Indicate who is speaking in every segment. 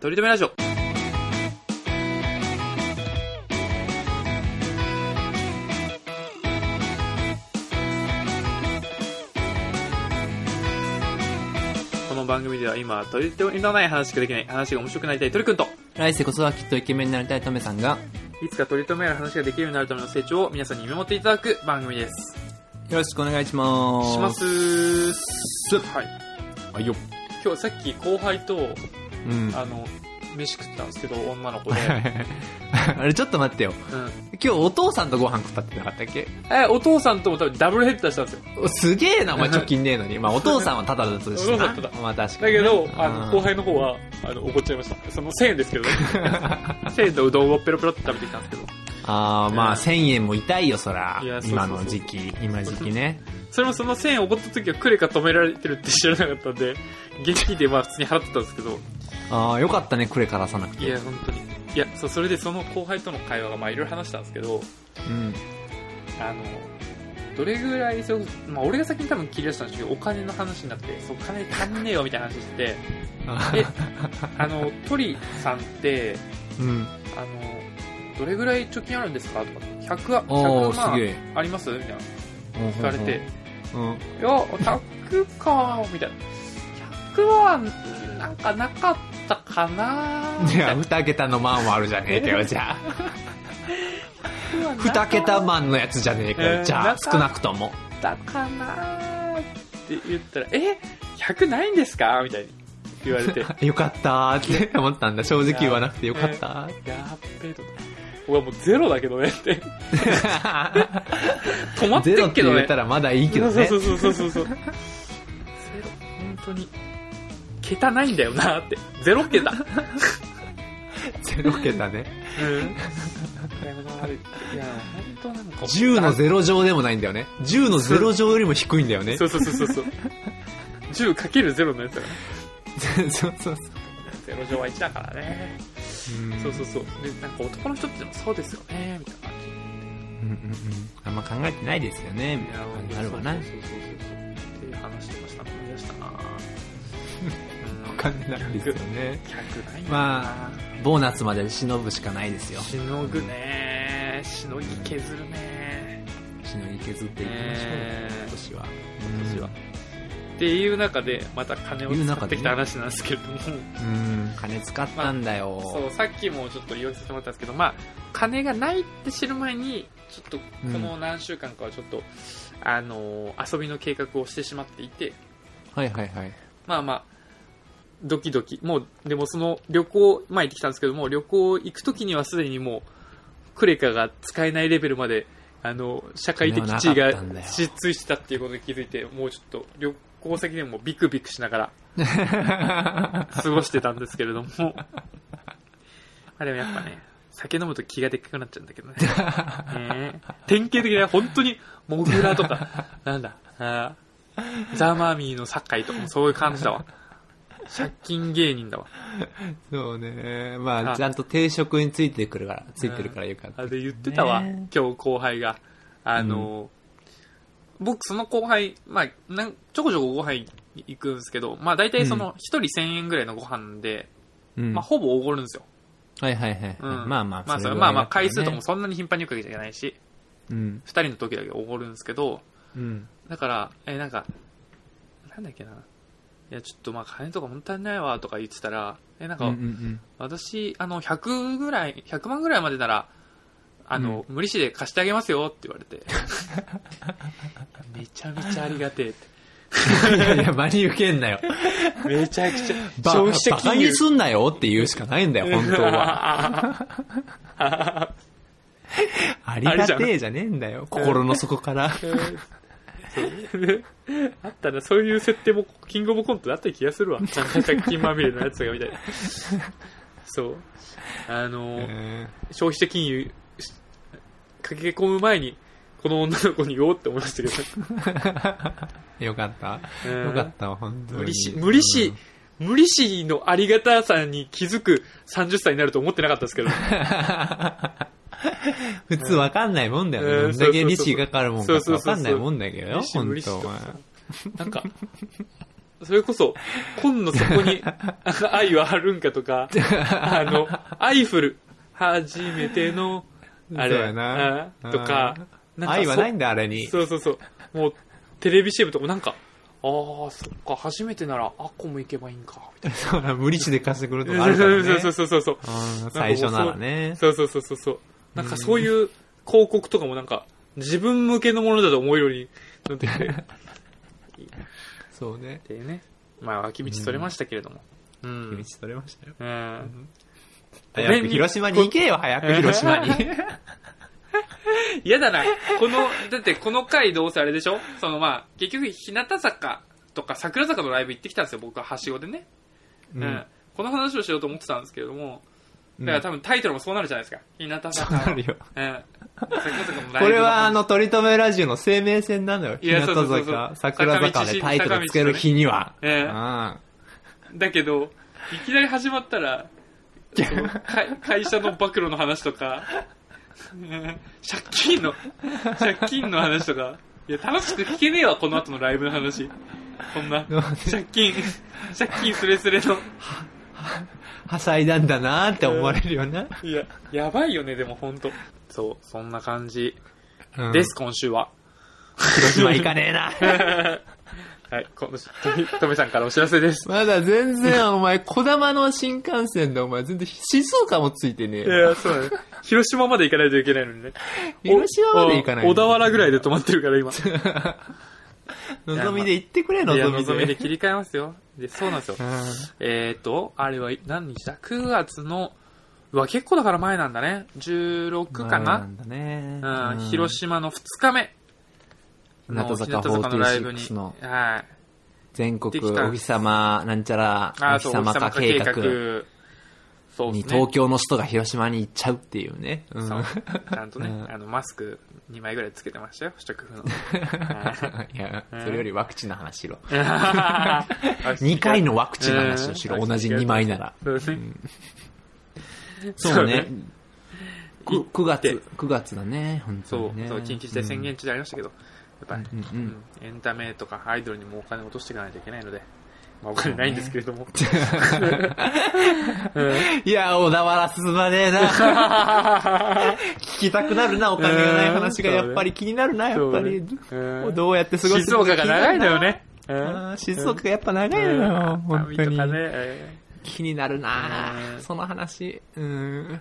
Speaker 1: とりとめラジオ。この番組では今、とりとめのない話しかできない、話が面白くなりたいとりくんと、
Speaker 2: 来世こそはきっとイケメンになりたいトメさんが、
Speaker 1: いつかとりとめる話ができるようになるための成長を皆さんに見守っていただく番組です。
Speaker 2: よろしくお願いしま。
Speaker 1: しますーす。はい。
Speaker 2: はいよ。
Speaker 1: 今日さっき後輩と、
Speaker 2: うん。
Speaker 1: あの、飯食ったんですけど、女の子で。
Speaker 2: あれちょっと待ってよ。
Speaker 1: うん。
Speaker 2: 今日お父さんとご飯食ったってなかったっけ
Speaker 1: え、お父さんとも多分ダブルヘッダーしたんですよ。
Speaker 2: おすげえな、お前貯金ねえの に。まあお父さんはタダだとして
Speaker 1: お父さ
Speaker 2: なん
Speaker 1: タダ。
Speaker 2: まあ確か
Speaker 1: だ
Speaker 2: に
Speaker 1: け
Speaker 2: ね。
Speaker 1: ど、
Speaker 2: ん
Speaker 1: あの、後輩の方は、あの、怒っちゃいました。その1000円です けどね。1000円とうどんをペロペロって食べてきたんですけど。
Speaker 2: あー
Speaker 1: う
Speaker 2: ま
Speaker 1: ん
Speaker 2: あ1000円も痛いよ、そら
Speaker 1: いや。そうそうそう
Speaker 2: 今の時期、今時期ね。
Speaker 1: それもその1000円怒った時はクレカ止められてるって知らなかったんで、現金でまあ普通に払ってたんですけど、
Speaker 2: ああ、よかったね、クレから出さなく
Speaker 1: い
Speaker 2: て。
Speaker 1: や、本当に。いや、そう、それでその後輩との会話がまあいろいろ話したんですけど、
Speaker 2: うん。
Speaker 1: あの、どれぐらい、そう、まあ俺が先に多分切り出したんですけど、お金の話になって、そう、金足んねえよみたいな話して、え、あの、鳥さんって、
Speaker 2: うん。
Speaker 1: あの、どれぐらい貯金あるんですかとか、100は、
Speaker 2: お
Speaker 1: 100
Speaker 2: ー、すげ
Speaker 1: 万
Speaker 2: え。
Speaker 1: ありますみたいな。聞
Speaker 2: 聞
Speaker 1: かれて、い。
Speaker 2: うん。
Speaker 1: や、100かみたいな。100は、なんかなかったかなみ
Speaker 2: い
Speaker 1: た
Speaker 2: や、
Speaker 1: いな
Speaker 2: 二桁のマンもあるじゃねえかよ、じゃあ。
Speaker 1: 100はなか
Speaker 2: 二桁マンのやつじゃねえか
Speaker 1: えー
Speaker 2: よ、じゃ
Speaker 1: なん
Speaker 2: あ、
Speaker 1: か
Speaker 2: 少なくとも。
Speaker 1: ったかなって言ったら、え ?100 ないんですかみたいに言われ て、やっ
Speaker 2: よかったーって思ったんだ。正直言わなくてよかった
Speaker 1: べえと。俺はもうゼロだけどねって。
Speaker 2: ー。
Speaker 1: 止まって
Speaker 2: ゼロ
Speaker 1: っ
Speaker 2: って
Speaker 1: けど
Speaker 2: 言
Speaker 1: ね
Speaker 2: え。たらまだいいけどね
Speaker 1: そ。うそうそうそうそうそう。ゼロ、本当に。桁ないんだよなって。ゼロ桁。うん。
Speaker 2: ゼロ桁ね。
Speaker 1: いや、本当なんか。
Speaker 2: 10のゼロ乗でもないんだよね。10のゼロ乗よりも低いんだよね。
Speaker 1: そ
Speaker 2: そう
Speaker 1: そうそうそう。10かけるゼロのやつだか
Speaker 2: う そうそう。
Speaker 1: ら。ゼロ乗は1だからね。
Speaker 2: うん
Speaker 1: そうそうそう。で、なんか男の人ってでもそうですよね、みたいな感じ。
Speaker 2: うんうんうんあんま考えてないですよね。みたいな感じになるわな
Speaker 1: そう。そうそうそう。っていう話してました。思い出したな
Speaker 2: わかんないですよね。
Speaker 1: 100ないな
Speaker 2: まボーナスまで忍ぶしかないですよ。
Speaker 1: しのぐねしのぎ削るね
Speaker 2: しのぎ削っていきましょうよ。
Speaker 1: え
Speaker 2: 今
Speaker 1: ー
Speaker 2: 年は。
Speaker 1: 今年はっていう中でまた金を使ってきた話なんですけれども、
Speaker 2: うん。うん。金使ったんだよ。
Speaker 1: そうさっきもちょっと言わせてもらったんですけどまあ金がないって知る前にちょっとこの何週間かはちょっと、あのー遊びの計画をしてしまっていて
Speaker 2: はいはいはい。
Speaker 1: まあまあドキドキもうでもその旅行前行ってきたんですけども旅行行く時にはすでにもうクレカが使えないレベルまであの社会的地位
Speaker 2: それは
Speaker 1: が
Speaker 2: なかったんだよ
Speaker 1: 失墜してたっていうことに気づいてもうちょっと旅行先でもビクビクしながら過ごしてたんですけれども。 まあでもやっぱね、酒飲むと気がでっかくなっちゃうんだけ どね。ねえ典型的な、本当に、モグラとか、 なんだ、あーザ・マミーの酒井とかもそういう感じだわ。借金芸人だわ。
Speaker 2: そうね。ま
Speaker 1: あ
Speaker 2: あ、ちゃんと定職についてくるから、ついてるからよかった。
Speaker 1: あで言ってたわ、
Speaker 2: ね
Speaker 1: 今日後輩が。あの、僕その後輩、まあ、なんちょこちょこご飯行くんですけど、まあ大体その一人1000円ぐらいのご飯で、
Speaker 2: うん。
Speaker 1: まあほぼおごるんですよ。
Speaker 2: はいはいはい。
Speaker 1: うん
Speaker 2: まあまあ、
Speaker 1: まあ、それ
Speaker 2: れぐ
Speaker 1: ま
Speaker 2: ら
Speaker 1: あ
Speaker 2: い
Speaker 1: まあ
Speaker 2: だからね
Speaker 1: 回数ともそんなに頻繁に行くわけじゃないし、
Speaker 2: うん。
Speaker 1: 二人の時だけおごるんですけど、
Speaker 2: うん。
Speaker 1: だから、えーなんか、なんだっけな。いや、ちょっとまあ金とかもったいないわとか言ってたら、えーなん
Speaker 2: うん
Speaker 1: か
Speaker 2: う、ん
Speaker 1: 私、あの、100ぐらい、100万ぐらいまでなら、あの、無利子で貸してあげますよって言われて。めちゃめちゃありがてえって。
Speaker 2: うん。いやいや、真に受けんなよ。
Speaker 1: めちゃくちゃ、
Speaker 2: ば、
Speaker 1: 消費者
Speaker 2: バカ
Speaker 1: 金融
Speaker 2: にすんなよって言うしかないん だよ、本当は。
Speaker 1: は。
Speaker 2: ありがてえじゃねえんだよ、心の底から。
Speaker 1: で あったらそういう設定もキングオブコントだった気がするわ。なんか借金まみれのやつがみたいな。そう。あの、
Speaker 2: うん
Speaker 1: 消費者金融し、駆け込む前に、この女の子に言おうって思いましたけ
Speaker 2: よかっ
Speaker 1: ど。
Speaker 2: た。よかったわ、本当に。
Speaker 1: 無利子、無利子、無利子のありがたさに気づく30歳になると思ってなかったですけど。
Speaker 2: 普通わかんないもんだよね。
Speaker 1: うん
Speaker 2: どんだけ利子がかかるもんかってわかんないもんだけどよ、
Speaker 1: 無利
Speaker 2: 本
Speaker 1: 子
Speaker 2: 当
Speaker 1: と
Speaker 2: は
Speaker 1: か。なんか、それこそ、今度そこに愛はあるんかとか、あの、アイフル、初めての、あれ、
Speaker 2: そうやな
Speaker 1: あとか、なんか
Speaker 2: 愛は
Speaker 1: そ
Speaker 2: ないんだ、あれに。
Speaker 1: そうそうそう。もう、テレビ CM とかもなんか、ああ、そっか、初めてなら、あっこも行けばいいんか、みたい
Speaker 2: そうな、無理して貸してくると
Speaker 1: な。
Speaker 2: かあるからね。
Speaker 1: そうそうそうそう。
Speaker 2: うん最初ならね。
Speaker 1: そうそうそうそうそう。なんかそういう広告とかもなんか、自分向けのものだと思うようになってきて。っ
Speaker 2: そうね。
Speaker 1: ていうね。まあ、脇道それましたけれども。うん。
Speaker 2: 道取れましたよ。
Speaker 1: うん。
Speaker 2: 早く広島に行けよ、早く広島に。
Speaker 1: 嫌だな。この、だってこの回どうせあれでしょそのまあ、結局、日向坂とか桜坂のライブ行ってきたんですよ、僕ははしごでね。
Speaker 2: う
Speaker 1: うん
Speaker 2: ん。。
Speaker 1: この話をしようと思ってたんですけれども、だから多分タイトルもそうなるじゃないですか。日向
Speaker 2: そう
Speaker 1: 坂。
Speaker 2: なるよ。
Speaker 1: うん。桜坂のライブの話
Speaker 2: これはあの、取り留めラジオの生命線なのよ。
Speaker 1: い
Speaker 2: 日
Speaker 1: や
Speaker 2: 向
Speaker 1: そうそうそうそう
Speaker 2: 坂、桜坂でタイトルつける日には。
Speaker 1: ええ
Speaker 2: うん
Speaker 1: だけど、いきなり始まったら、その会会社の暴露の話とか、 うん借金の、借金の話とか、いや、楽しく聞けねえわ、この後のライブの話。こんな、借金、借金すれすれの。
Speaker 2: はしゃいだんだなーって思われるよな。
Speaker 1: いや、やばいよね、でもほんと。そう、そんな感じ
Speaker 2: うん
Speaker 1: です、。今週は。
Speaker 2: 広島行かね えな。
Speaker 1: はい、今度、ととめさんからお知らせです。
Speaker 2: まだ全然、お前、小玉の新幹線で、お前、全然、静岡もついてね
Speaker 1: い
Speaker 2: えよ。
Speaker 1: や、そうだね。広島まで行かないといけないのにね。
Speaker 2: 広島まで行かない
Speaker 1: お小田原ぐらいで止まってるから、今。
Speaker 2: のぞみで行ってくれ、の
Speaker 1: いや、
Speaker 2: ぞ
Speaker 1: の
Speaker 2: み
Speaker 1: ぞ
Speaker 2: で。
Speaker 1: みで切り替えますよ。で、そうなんですよ
Speaker 2: う。ん
Speaker 1: えっ、ー、と、あれは何日だ ?9 月の、うわ、結構だから前なんだね。16か
Speaker 2: まあな
Speaker 1: な、
Speaker 2: んだね。
Speaker 1: うん、広島の2日目
Speaker 2: 日向
Speaker 1: の
Speaker 2: 坂
Speaker 1: 日向坂のライブに。
Speaker 2: 46の
Speaker 1: はい。
Speaker 2: 全国
Speaker 1: できた
Speaker 2: お日様なんちゃら、お
Speaker 1: あ、
Speaker 2: 日
Speaker 1: そう、
Speaker 2: 様化
Speaker 1: お日
Speaker 2: 計
Speaker 1: 様
Speaker 2: 画
Speaker 1: 化そう
Speaker 2: に
Speaker 1: です
Speaker 2: 東
Speaker 1: ね。
Speaker 2: 京の人が広島に行っちゃうっていうね。うんい
Speaker 1: そうちゃんとね、
Speaker 2: うん
Speaker 1: あの、マスク2枚ぐらいつけてましたよ、不織 布の。
Speaker 2: や、それよりワクチンの話しろ。
Speaker 1: 2
Speaker 2: 2回のワクチンの話をしろ、同じ2枚なら。
Speaker 1: そうですね。
Speaker 2: そうね。
Speaker 1: そうね
Speaker 2: 9月、9月だね、本
Speaker 1: そ
Speaker 2: 当
Speaker 1: う
Speaker 2: に、ね。
Speaker 1: そう、緊急事態宣言中でありましたけど、やっぱり、
Speaker 2: うんうんうん
Speaker 1: うんエンタメとかアイドルにもお金を落としていかないといけないので、まあお金ないんですけれども。
Speaker 2: いや、小田原進まねえな。聞きたくなるな、お金がない話がやっぱり気になるな、やっぱり。
Speaker 1: うん
Speaker 2: どうやって過ごす
Speaker 1: 静岡が長いのよね。
Speaker 2: あー。静岡
Speaker 1: が
Speaker 2: がやっぱ長いのよ、本当に
Speaker 1: とかね。。え
Speaker 2: 気になるな
Speaker 1: うん
Speaker 2: その話。うん。
Speaker 1: ー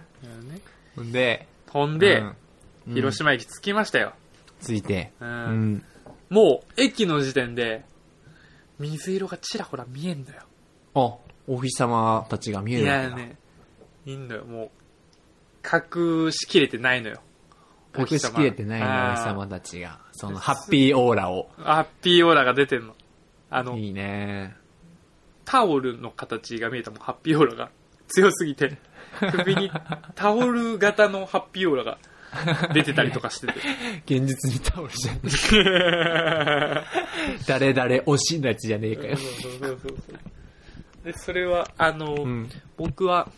Speaker 1: うんね
Speaker 2: ほんで、
Speaker 1: 飛んで、
Speaker 2: うん
Speaker 1: 広島駅着きましたよ。
Speaker 2: ついて。
Speaker 1: う
Speaker 2: うんん。
Speaker 1: もう、駅の時点で、水色がちらほら見えんのよ。
Speaker 2: あ、お日様たちが見え
Speaker 1: い
Speaker 2: るわけ
Speaker 1: や
Speaker 2: だ。
Speaker 1: ね、いいんだよ、もう。隠しきれてないのよ。
Speaker 2: 隠しきれてないな、お日
Speaker 1: あ
Speaker 2: 様たちが。その、ハッピーオーラを。
Speaker 1: ーハッピーオーラが出てんの。あの、
Speaker 2: いいね
Speaker 1: タオルの形が見えたもん、ハッピーオーラが。強すぎて。首にタオル型のハッピーオーラが出てたりとかしてて。
Speaker 2: 現実に倒れちゃう。 誰々推しのやつじゃねえかよ。
Speaker 1: そうそうそうそうで、それは、あの、
Speaker 2: うん。
Speaker 1: 僕は、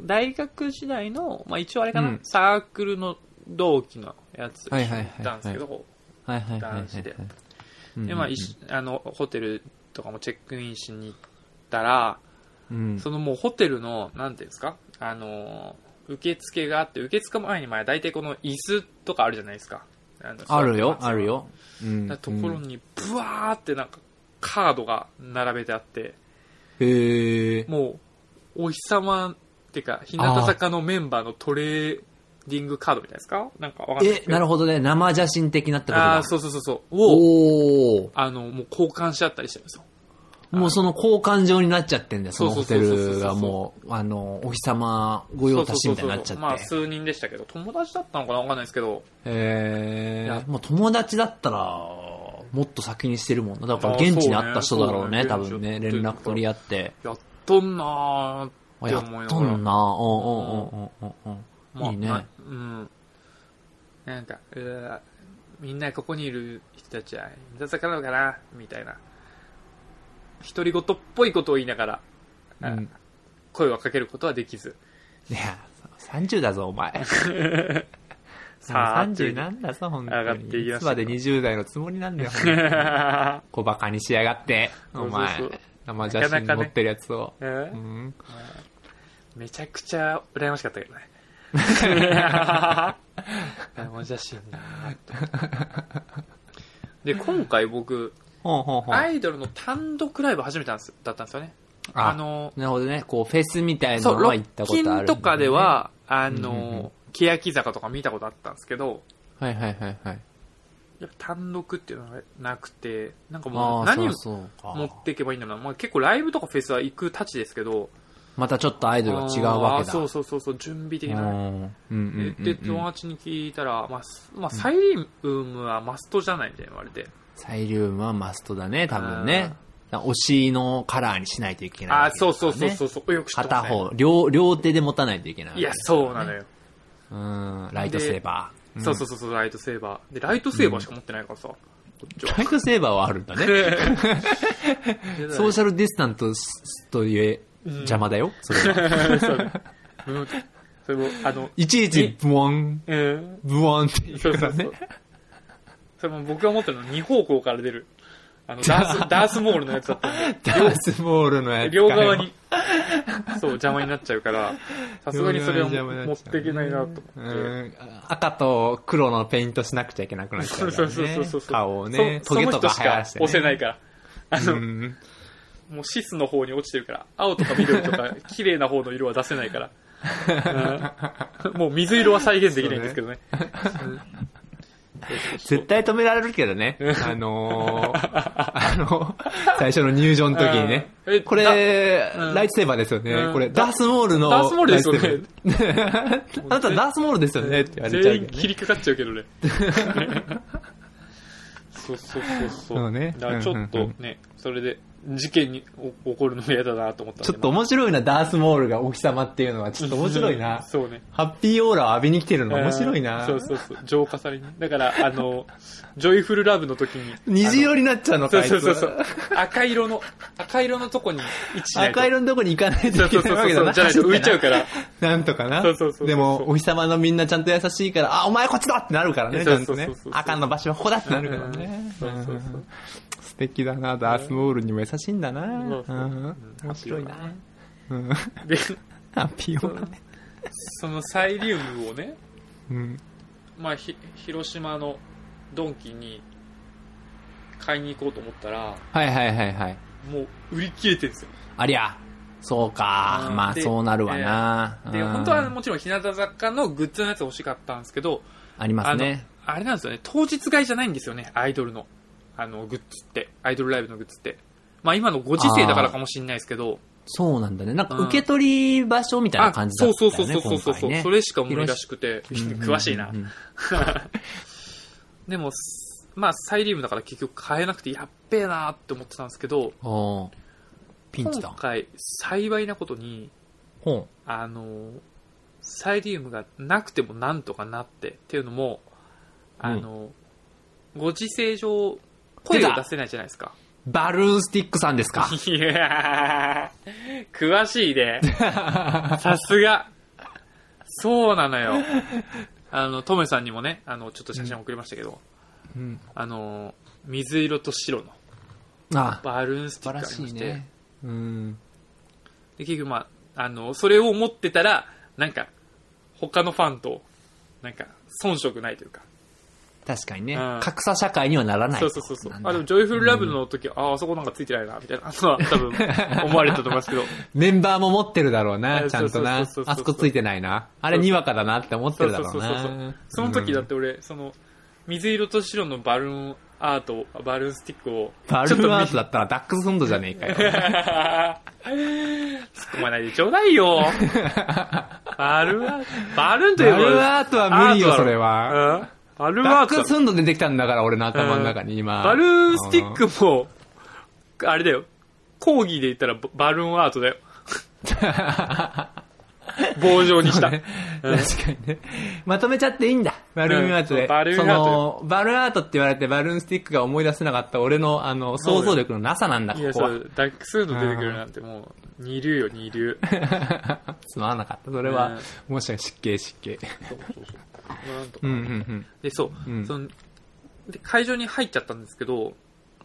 Speaker 1: 大学時代の、まあ一応あれかな、
Speaker 2: うん
Speaker 1: サークルの同期のやつ
Speaker 2: はいはいはいはい
Speaker 1: たんですけど、
Speaker 2: はいはいはいはい
Speaker 1: 男子で
Speaker 2: はい。
Speaker 1: で、まあ、いしあの、ホテルとかもチェックインしに行ったら、
Speaker 2: うん。
Speaker 1: そのもうホテルの、なんていうんですか、あのー、受付があって、受付前に前、大体この椅子とかあるじゃないですか。あの
Speaker 2: あるよ、
Speaker 1: 座ってます
Speaker 2: あるよ。うん。
Speaker 1: だところ
Speaker 2: うん。
Speaker 1: に、ブワーってなんか、カードが並べてあって、
Speaker 2: へえ。
Speaker 1: もう、お日様っていうか、日向坂のメンバーのトレーディングカードみたいですかなんかわかんないで
Speaker 2: え
Speaker 1: す、けど。
Speaker 2: なる
Speaker 1: ほ
Speaker 2: ほどね。生写真的なってこと
Speaker 1: あ
Speaker 2: だ。
Speaker 1: あー、そうそうそうそう。を、
Speaker 2: おお。
Speaker 1: あの、もう交換し合ったりしてるんですよ。
Speaker 2: もうその交換状になっちゃってんだよ。その
Speaker 1: そう
Speaker 2: ホ
Speaker 1: そう
Speaker 2: テ
Speaker 1: そうそうそう
Speaker 2: ルがもう、あの、お日様御用達みたいになっちゃ
Speaker 1: まあ
Speaker 2: って。
Speaker 1: 数人でしたけど、友達だったのかなわかんないですけど、
Speaker 2: へ
Speaker 1: いや
Speaker 2: え。もう友達だったら、もっと先にしてるもんな。だから現地に会った人だろうね、
Speaker 1: ま
Speaker 2: 多
Speaker 1: あそう
Speaker 2: 分
Speaker 1: ね
Speaker 2: ね。連絡取り合って。
Speaker 1: やっとんなー
Speaker 2: あ、
Speaker 1: って
Speaker 2: や
Speaker 1: 思
Speaker 2: っ
Speaker 1: いな
Speaker 2: と
Speaker 1: がら。
Speaker 2: んな。うんうんうんうんうんうん。いい
Speaker 1: まあ
Speaker 2: ね。
Speaker 1: うん。なんか、うーみんなここにいる人たちは、いたさかなのかなみたいな。独り言っぽいことを言いながら、
Speaker 2: う
Speaker 1: あ
Speaker 2: ん。
Speaker 1: 声はかけることはできず。
Speaker 2: いや、30だぞ、お前。
Speaker 1: さあ、
Speaker 2: 30なんだぞ、本当に。
Speaker 1: 上がっていきま
Speaker 2: い
Speaker 1: し
Speaker 2: つ
Speaker 1: た
Speaker 2: まで20代のつもりな んだよ、
Speaker 1: と
Speaker 2: ほ
Speaker 1: いう
Speaker 2: んとに
Speaker 1: ね
Speaker 2: 小馬鹿にしやがって、お前
Speaker 1: そうそうそう。
Speaker 2: 生写真持ってるやつを。
Speaker 1: えー
Speaker 2: うん。
Speaker 1: めちゃくちゃ羨ましかったけ どね。生写真だなとで、今回僕、
Speaker 2: ほうほうほう。
Speaker 1: アイドルの単独ライブ初めてなんですだったんですよね。あ
Speaker 2: あ、
Speaker 1: の、
Speaker 2: なるほどね。こう、フェスみたいな
Speaker 1: そう、
Speaker 2: の
Speaker 1: ロ
Speaker 2: は行った
Speaker 1: ッ
Speaker 2: こと
Speaker 1: キ
Speaker 2: あるんだね。
Speaker 1: ンとかでは、あ
Speaker 2: うんうんうん
Speaker 1: の、欅坂とか見たことあったんですけど、
Speaker 2: はいはいはいはい。
Speaker 1: やっぱ単独っていうのがなくて、なんかも
Speaker 2: あ
Speaker 1: う
Speaker 2: あ、
Speaker 1: 何を
Speaker 2: そうそうか
Speaker 1: 持っていけばいいんだろうな。まあ、結構ライブとかフェスは行くたちですけど、
Speaker 2: またちょっとアイドルが違うわけだ。
Speaker 1: あーそうそうそうそう、準備的
Speaker 2: う
Speaker 1: な。
Speaker 2: んうんうんうん
Speaker 1: で、友達に聞いたら、まあ、すまあ、サイリウムはマストじゃないみたいに言われて。
Speaker 2: サイリウムはマストだね、多分ね。だから推しのカラーにしないといけない
Speaker 1: あ
Speaker 2: わ
Speaker 1: ー、
Speaker 2: け
Speaker 1: そう
Speaker 2: だか
Speaker 1: そ
Speaker 2: ら
Speaker 1: う
Speaker 2: ね、
Speaker 1: そうそうそう、よく知ってま
Speaker 2: 片
Speaker 1: すね。
Speaker 2: 方、両、両手で持たないといけないわ
Speaker 1: い
Speaker 2: けだ
Speaker 1: や
Speaker 2: か、らね、
Speaker 1: そうなのよ。
Speaker 2: うん、ライトセーバー。
Speaker 1: そううそうそうそう、ライトセーバー。で、ライトセーバーしか持ってないからさ、こっち
Speaker 2: ん
Speaker 1: は。
Speaker 2: ライトセーバーはあるんだね。ソーシャルディスタントといえ、邪魔だよ、それは。
Speaker 1: そううんそれも、あの、
Speaker 2: いちいち、ブワン、
Speaker 1: うん。
Speaker 2: ブワンって言う
Speaker 1: そう
Speaker 2: か
Speaker 1: そ
Speaker 2: ら
Speaker 1: うそう
Speaker 2: ね。。
Speaker 1: それも僕が持ってるの2方向から出る。あの、ダース、ダースモールのやつだったんで
Speaker 2: ダースボールのやつか
Speaker 1: 両
Speaker 2: よ
Speaker 1: 側に。、そう、邪魔になっちゃうから、さすがにそれはも持っていけないなと
Speaker 2: う
Speaker 1: 思って。
Speaker 2: ん赤と黒のペイントしなくちゃいけなくなっちゃ
Speaker 1: そうう
Speaker 2: か
Speaker 1: そ
Speaker 2: ら
Speaker 1: うそうそうそう
Speaker 2: ね。。顔をね、
Speaker 1: そ
Speaker 2: ト
Speaker 1: そ
Speaker 2: ゲ
Speaker 1: の
Speaker 2: と
Speaker 1: 人
Speaker 2: か
Speaker 1: し
Speaker 2: 生や
Speaker 1: か
Speaker 2: して、ね。
Speaker 1: 押せないから。あ
Speaker 2: う
Speaker 1: の、
Speaker 2: ん
Speaker 1: もうシスの方に落ちてるから、青とか緑と か、綺麗な方の色は出せないから。うんもう水色は再現できないんですけどね。
Speaker 2: 絶対止められるけどね。あのー、 あの、最初の入場の時にね
Speaker 1: うんえ。
Speaker 2: これ、
Speaker 1: だうん
Speaker 2: ライトセーバーですよね
Speaker 1: う。ん
Speaker 2: これ、
Speaker 1: だ
Speaker 2: ダースモールの。
Speaker 1: ダースモールですよね
Speaker 2: ライトセーバー。 あなたダースモールですよねって言われちゃう
Speaker 1: 全
Speaker 2: け
Speaker 1: 員
Speaker 2: ど
Speaker 1: 切
Speaker 2: ね。
Speaker 1: りかかっちゃうけどね。 そうそうそうそう。
Speaker 2: そうね
Speaker 1: だからちょっ
Speaker 2: うんう
Speaker 1: と
Speaker 2: ん
Speaker 1: ね、それで事件にお起こるの嫌だなと思ったんで
Speaker 2: ちょっと面白いな、ダースモールがお日様っていうのは、ちょっと面白い
Speaker 1: うん
Speaker 2: な。
Speaker 1: そうね。
Speaker 2: ハッピーオーラを浴びに来てるの面白い
Speaker 1: うん
Speaker 2: な。
Speaker 1: そうそうそう。浄化されに。だから、あの、ジョイフルラブの時に。
Speaker 2: 虹色になっちゃうの
Speaker 1: あの
Speaker 2: か、
Speaker 1: そうそうそう
Speaker 2: あ
Speaker 1: そ。
Speaker 2: いう
Speaker 1: 赤色の、赤色のとこに位置し
Speaker 2: つ
Speaker 1: ないと。
Speaker 2: 赤色のとこに行かない
Speaker 1: そ
Speaker 2: と
Speaker 1: うそ
Speaker 2: いけ
Speaker 1: う
Speaker 2: な
Speaker 1: そ
Speaker 2: いうわけだ
Speaker 1: そう。
Speaker 2: な。
Speaker 1: じゃないと浮いちゃうから。
Speaker 2: なんとかな。
Speaker 1: そうそうそうそう
Speaker 2: でも、お日様のみんなちゃんと優しいから、あ、お前こっちだってなるからね、ち
Speaker 1: そ
Speaker 2: ゃ
Speaker 1: うんそ
Speaker 2: と
Speaker 1: うそう
Speaker 2: ね
Speaker 1: そう。
Speaker 2: 赤の場所はここだってなるからね。
Speaker 1: うんそうそうそう
Speaker 2: うん素敵だな、ダースモールにも優しいんだな。
Speaker 1: そうそう
Speaker 2: うん
Speaker 1: うん
Speaker 2: 面白いな。うん
Speaker 1: で、
Speaker 2: ハッピーオーラね。
Speaker 1: そのサイリウムをね、
Speaker 2: うん。
Speaker 1: まあ、ひ広島のドンキに買いに行こうと思ったら、
Speaker 2: はいはいはいはい。
Speaker 1: もう売り切れてるんですよ。
Speaker 2: ありゃ、そうか。
Speaker 1: うん
Speaker 2: まあ、
Speaker 1: で
Speaker 2: そうなるわな。
Speaker 1: で、
Speaker 2: うん
Speaker 1: 本当はもちろん日向坂のグッズのやつ欲しかったんですけど、
Speaker 2: ありますね。
Speaker 1: あれなんですよね、当日買いじゃないんですよね、アイドルの、あの、グッズって、アイドルライブのグッズって。まあ今のご時世だからかもしれないですけど、
Speaker 2: そうなんだね。なんか、
Speaker 1: うん
Speaker 2: 受け取り場所みたいな感じだ
Speaker 1: そう
Speaker 2: った
Speaker 1: そ
Speaker 2: よ
Speaker 1: うそ
Speaker 2: ね。
Speaker 1: うそうそうそうそう、
Speaker 2: 今回ね
Speaker 1: それしか無理らしくて、
Speaker 2: うん
Speaker 1: 詳しいな
Speaker 2: う。ん
Speaker 1: でも、すまあサイリウムだから結局買えなくて、やっべえなーって思ってたんですけど、
Speaker 2: おーピンチだ
Speaker 1: 今。回、幸いなことに、
Speaker 2: ほう。
Speaker 1: あの、サイリウムがなくてもなんとかなって、っていうのも、あの、ご時世上、声
Speaker 2: 出
Speaker 1: を
Speaker 2: た
Speaker 1: 出せないじゃないですか。
Speaker 2: バルーンスティックさんで すか
Speaker 1: いやー、詳しいね。さすが。そうなのよ。あの、トメさんにもね、あの、ちょっと写真送りましたけど、
Speaker 2: うん。
Speaker 1: あの、水色と白の
Speaker 2: あ、
Speaker 1: バルーンステ
Speaker 2: 素
Speaker 1: ィ
Speaker 2: 晴
Speaker 1: ック
Speaker 2: ら
Speaker 1: あり
Speaker 2: し
Speaker 1: ま
Speaker 2: い
Speaker 1: して、
Speaker 2: ね。うん。
Speaker 1: で、結局まあ、あの、それを持ってたら、なんか、他のファンと、なんか、遜色ないというか。
Speaker 2: 確かにね、
Speaker 1: うん
Speaker 2: 格差社会にはならない。
Speaker 1: そうそうそうそう。
Speaker 2: なんだ
Speaker 1: あ、でも、ジョイフルラブの時、ああ、そこなんかついてないな、みたいな のは多分、思われたと思い ますけど。
Speaker 2: メンバーも持ってるだろうな、
Speaker 1: え
Speaker 2: ちゃんとな。
Speaker 1: そう
Speaker 2: あ
Speaker 1: そうそうそう
Speaker 2: そこついてないな。あれにわかだなって思って
Speaker 1: そう
Speaker 2: るだ
Speaker 1: そう
Speaker 2: ろ
Speaker 1: そううそう
Speaker 2: な。。
Speaker 1: その時だ
Speaker 2: う
Speaker 1: っ
Speaker 2: ん
Speaker 1: て俺、その、水色と白のバルーンアート、バルーンスティックを、
Speaker 2: バルーンアート
Speaker 1: ちょっ
Speaker 2: だったらダックスフンドじゃねえか よ
Speaker 1: と。見 突っ込まないでちょうだい よ。バルーンアート、バルーンと
Speaker 2: バ
Speaker 1: いえ
Speaker 2: ル
Speaker 1: ば、
Speaker 2: ーンアートは無理よ、それは。
Speaker 1: は。うんバルーンア
Speaker 2: ダッ
Speaker 1: ートだ
Speaker 2: クスフンド出てきたんだから、俺の頭の中に今。
Speaker 1: バルーンスティックも、あれだよ。講義で言ったらババルーンアート だよ。棒状にした。
Speaker 2: ね
Speaker 1: うん
Speaker 2: 確かにね。 まとめちゃっていいんだ。バルーンアート
Speaker 1: う
Speaker 2: で。
Speaker 1: んバルーン
Speaker 2: そ
Speaker 1: アートよ
Speaker 2: の、バルーンアートって言われてバルーンスティックが思い出せなかった俺の、あの、想像力のなさなんだ、こ
Speaker 1: いや、
Speaker 2: こ
Speaker 1: そ
Speaker 2: は。
Speaker 1: う、ダックスフード出てくるなんてもう、二流よ、二流。
Speaker 2: つまらなかった。それは
Speaker 1: ね、
Speaker 2: もしかして失敬失敬。
Speaker 1: そうそうそうなんと
Speaker 2: う
Speaker 1: か。
Speaker 2: んうんうん。
Speaker 1: で、そうう、
Speaker 2: ん
Speaker 1: そので、会場に入っちゃったんですけど、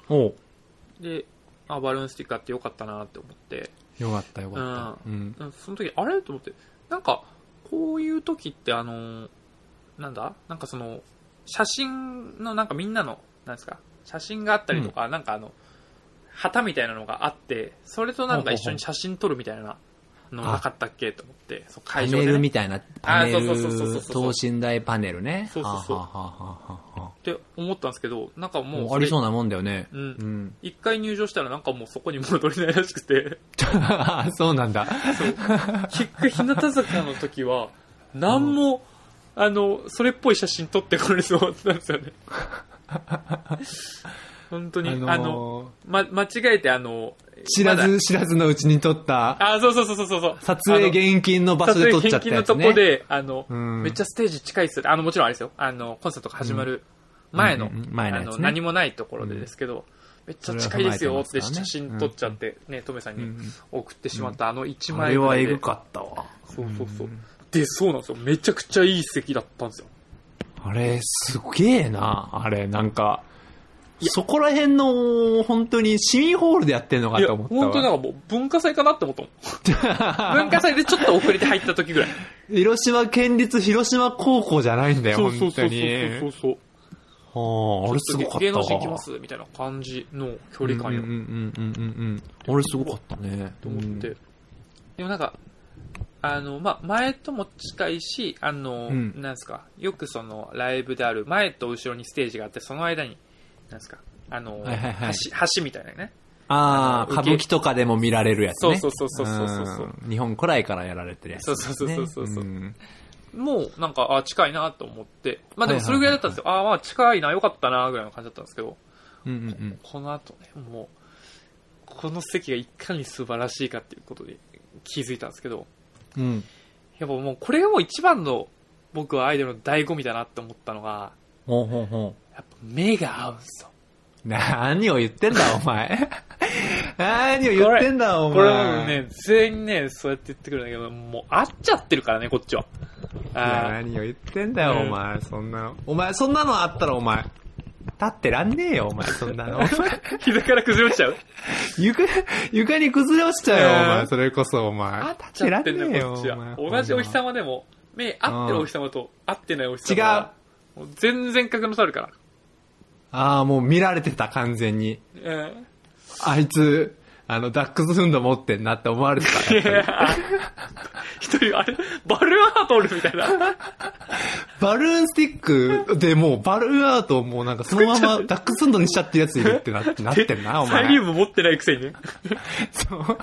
Speaker 2: おう
Speaker 1: で、あ、バルーンスティックあってよかったなって思って、
Speaker 2: よかったよかった。うん。
Speaker 1: うんその時、あれと思って、なんか、こういう時って、あのーなんだなんかその、写真の、なんかみんなの、なんですか、写真があったりとか、なんかあの、旗みたいなのがあって、それとなんか一緒に写真撮るみたいなのなかったっけと思って、そう
Speaker 2: パ
Speaker 1: 会場
Speaker 2: ネ
Speaker 1: でね、
Speaker 2: ルみたいな、パネ
Speaker 1: あそうそうそうそうそう
Speaker 2: ル、
Speaker 1: そう
Speaker 2: 等身大パネルね。
Speaker 1: そうそうそう
Speaker 2: はあはあはあはあは
Speaker 1: って思ったんですけど、なんか
Speaker 2: あ
Speaker 1: もう
Speaker 2: もう
Speaker 1: そ
Speaker 2: あ
Speaker 1: れ、
Speaker 2: りそうなもんだよね。
Speaker 1: うん
Speaker 2: うん。
Speaker 1: 一回入場したらなんかもうそこに戻れないらしくて、
Speaker 2: そうなんだ。
Speaker 1: 結果日向坂の時は、何も、あの、それっぽい写真撮ってこれそうだったんですよ ね。本当に、あの、
Speaker 2: ー
Speaker 1: ま、間違えてあの、
Speaker 2: 知ら
Speaker 1: ま
Speaker 2: ず知らずのうちに撮った、
Speaker 1: だあ、そうそうそうそうそう。
Speaker 2: 撮影現金の場所で撮っちゃったやつ
Speaker 1: 撮影のとこ
Speaker 2: ね。
Speaker 1: で、あの、
Speaker 2: うん
Speaker 1: めっちゃステージ近いっすよあの、もちろんあれですよ。あの、コンサートが始まる前の、
Speaker 2: うんうんうん前の
Speaker 1: あ
Speaker 2: やつね
Speaker 1: の、何もないところでですけど、めっちゃ近いですよって写真撮っちゃって、ね、トメさん
Speaker 2: う
Speaker 1: に
Speaker 2: ん
Speaker 1: 送ってしまったあの1
Speaker 2: あ
Speaker 1: 枚
Speaker 2: れ
Speaker 1: ぐら
Speaker 2: はいエ
Speaker 1: で
Speaker 2: グかったわ。
Speaker 1: そうそうそう。で、そうなんですよ。めちゃくちゃいい席だったんですよ。
Speaker 2: あれ、すげえな。あれ、なんか、
Speaker 1: いや
Speaker 2: そこら辺の、本当に市民ホールでやってんのか
Speaker 1: いや、
Speaker 2: と思ったわ。
Speaker 1: 本当なんかもう文化祭かなって思ったもん。 文化祭でちょっと遅れて入った時ぐらい。
Speaker 2: 広島県立広島高校じゃないんだよ、
Speaker 1: そうそ
Speaker 2: 本
Speaker 1: う
Speaker 2: 当
Speaker 1: そうそうそ
Speaker 2: に。
Speaker 1: うそう。
Speaker 2: はあ、あれすごかったわ。
Speaker 1: 芸能人来ますみたいな感じの距離感よ
Speaker 2: うんうんうんうんうんうん。あれすごかったね。
Speaker 1: と思って。でもなんか、あの、まあ、前とも近いし、あの、
Speaker 2: うん
Speaker 1: なんですか、よくそのライブである前と後ろにステージがあって、その間に、なんですか、あの、
Speaker 2: はいはいはい
Speaker 1: 橋、橋みたいなね。
Speaker 2: ああ、
Speaker 1: あの
Speaker 2: 歌舞伎とかでも見られるやつね。
Speaker 1: そうそうそうそうそうそう
Speaker 2: うん日本古来からやられてるやつ、ね。
Speaker 1: そうそうそうそうそう
Speaker 2: うん
Speaker 1: もうなんか、あ、近いなと思って。まあでも
Speaker 2: はいはいはい
Speaker 1: それぐらいだったんですよ。あ、まあ近いな、よかったな、ぐらいの感じだったんですけど、
Speaker 2: うんうんうん。
Speaker 1: この後ね、もう、この席がいかに素晴らしいかっていうことで気づいたんですけど、
Speaker 2: うん。
Speaker 1: やっぱもうこれがもう一番の僕はアイドルの醍醐味だなって思ったのが、
Speaker 2: ほうほうほ
Speaker 1: やっぱ目が合うんですよ。
Speaker 2: う。何を言ってんだ、お 前。何を言ってんだ、お
Speaker 1: こ
Speaker 2: 前。
Speaker 1: れはね、全員ね、そうやって言ってくるんだけど、もう合っちゃってるからね、こっちは。
Speaker 2: いや
Speaker 1: あー
Speaker 2: 何を言ってんだよ、お前。そんなの。お前、そんなのあったら、お前。立ってらんねえよ、お前、そんな の。
Speaker 1: 膝から崩れ落ちちゃう
Speaker 2: 床、床に崩れ落ちちゃうよ、
Speaker 1: ねえ
Speaker 2: お前。それこそ、お前。
Speaker 1: 合っちゃってんだ
Speaker 2: 立
Speaker 1: よ、こっちは。同じお日
Speaker 2: ん。
Speaker 1: 様でも、目合ってるお日様と合ってないお日様は。違う。もう全然格の差あるから。
Speaker 2: ああ、もう見られてた、完全に。
Speaker 1: うん。
Speaker 2: あいつ、あの、ダックスフンド持ってんなって思われて た。やっぱり
Speaker 1: 一人、あれ、バルーンアートおるみたいな。
Speaker 2: バルーンスティックでもう、バルーンアートをもうなんかその ままダックスフンドにしちゃってるやついるってなってなってんな、お前。
Speaker 1: サイリウム持ってないくせにね。
Speaker 2: そう。
Speaker 1: めちゃ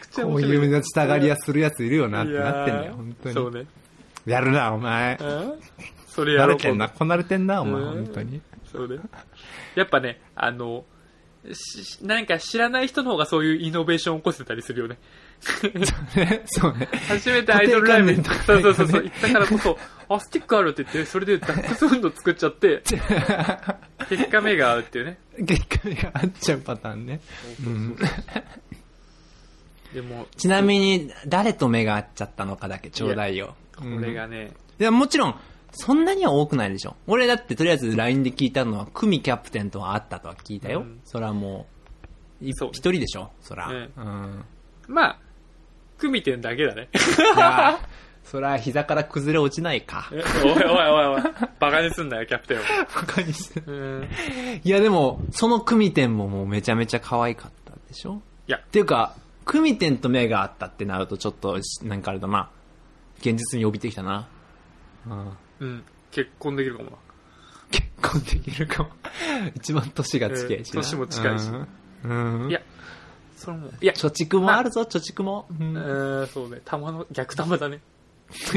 Speaker 1: くちゃ
Speaker 2: こ
Speaker 1: 面
Speaker 2: う
Speaker 1: 白い。
Speaker 2: いう目立ちたがりやするやついるよなって
Speaker 1: いやー
Speaker 2: なってんだよ、本当に。
Speaker 1: そうね。
Speaker 2: やるな、お前。
Speaker 1: うんそれや
Speaker 2: 慣
Speaker 1: ろ
Speaker 2: れ
Speaker 1: う
Speaker 2: てんな、こなれてんな、お前、
Speaker 1: うん
Speaker 2: 本当に。
Speaker 1: そうね。やっぱね、あの、し、何か知らない人の方がそういうイノベーションを起こせたりするよね。
Speaker 2: そうね。
Speaker 1: 初めてアイドルライブに、
Speaker 2: 固定
Speaker 1: そう
Speaker 2: 観念
Speaker 1: そう
Speaker 2: とかね
Speaker 1: そうそう、行ったからこそ、あ、スティックあるって言って、それでダックスフンド作っちゃ って、結果目が合うっていうね。
Speaker 2: 結果が合っちゃうパターンね。うん
Speaker 1: でも、
Speaker 2: ちなみに、誰と目が合っちゃったのかだけちょうだいよ。
Speaker 1: これがね、
Speaker 2: いや、もちろん、そんなには多くないでしょ。俺だってとりあえず LINE で聞いたのは、久美キャプテンとは会ったとは聞いたよ。
Speaker 1: うん
Speaker 2: そらもう、い一
Speaker 1: そう
Speaker 2: 人でしょ、そら。
Speaker 1: ええ
Speaker 2: うん。
Speaker 1: まあ、組点だけだね。
Speaker 2: いやそら膝から崩れ落ちないか
Speaker 1: お。い おいおいお い、バカにすんなよ、キャプテンを。
Speaker 2: バカにして
Speaker 1: うん。
Speaker 2: いや、でも、その組点ももうめちゃめちゃ可愛かったでしょ
Speaker 1: いや
Speaker 2: っていうか、組点と目があったってなると、ちょっと、なんかあれだな。現実に帯びてきたな。うん。
Speaker 1: うん。結婚できるかもな。
Speaker 2: 結婚できるかも。一番年が近いしな、
Speaker 1: えー年も近いし
Speaker 2: うん。うん。
Speaker 1: いやそれも、いや、
Speaker 2: 貯蓄もあるぞ、貯蓄も。う。
Speaker 1: うん ーん、そうね、玉の、逆玉だね。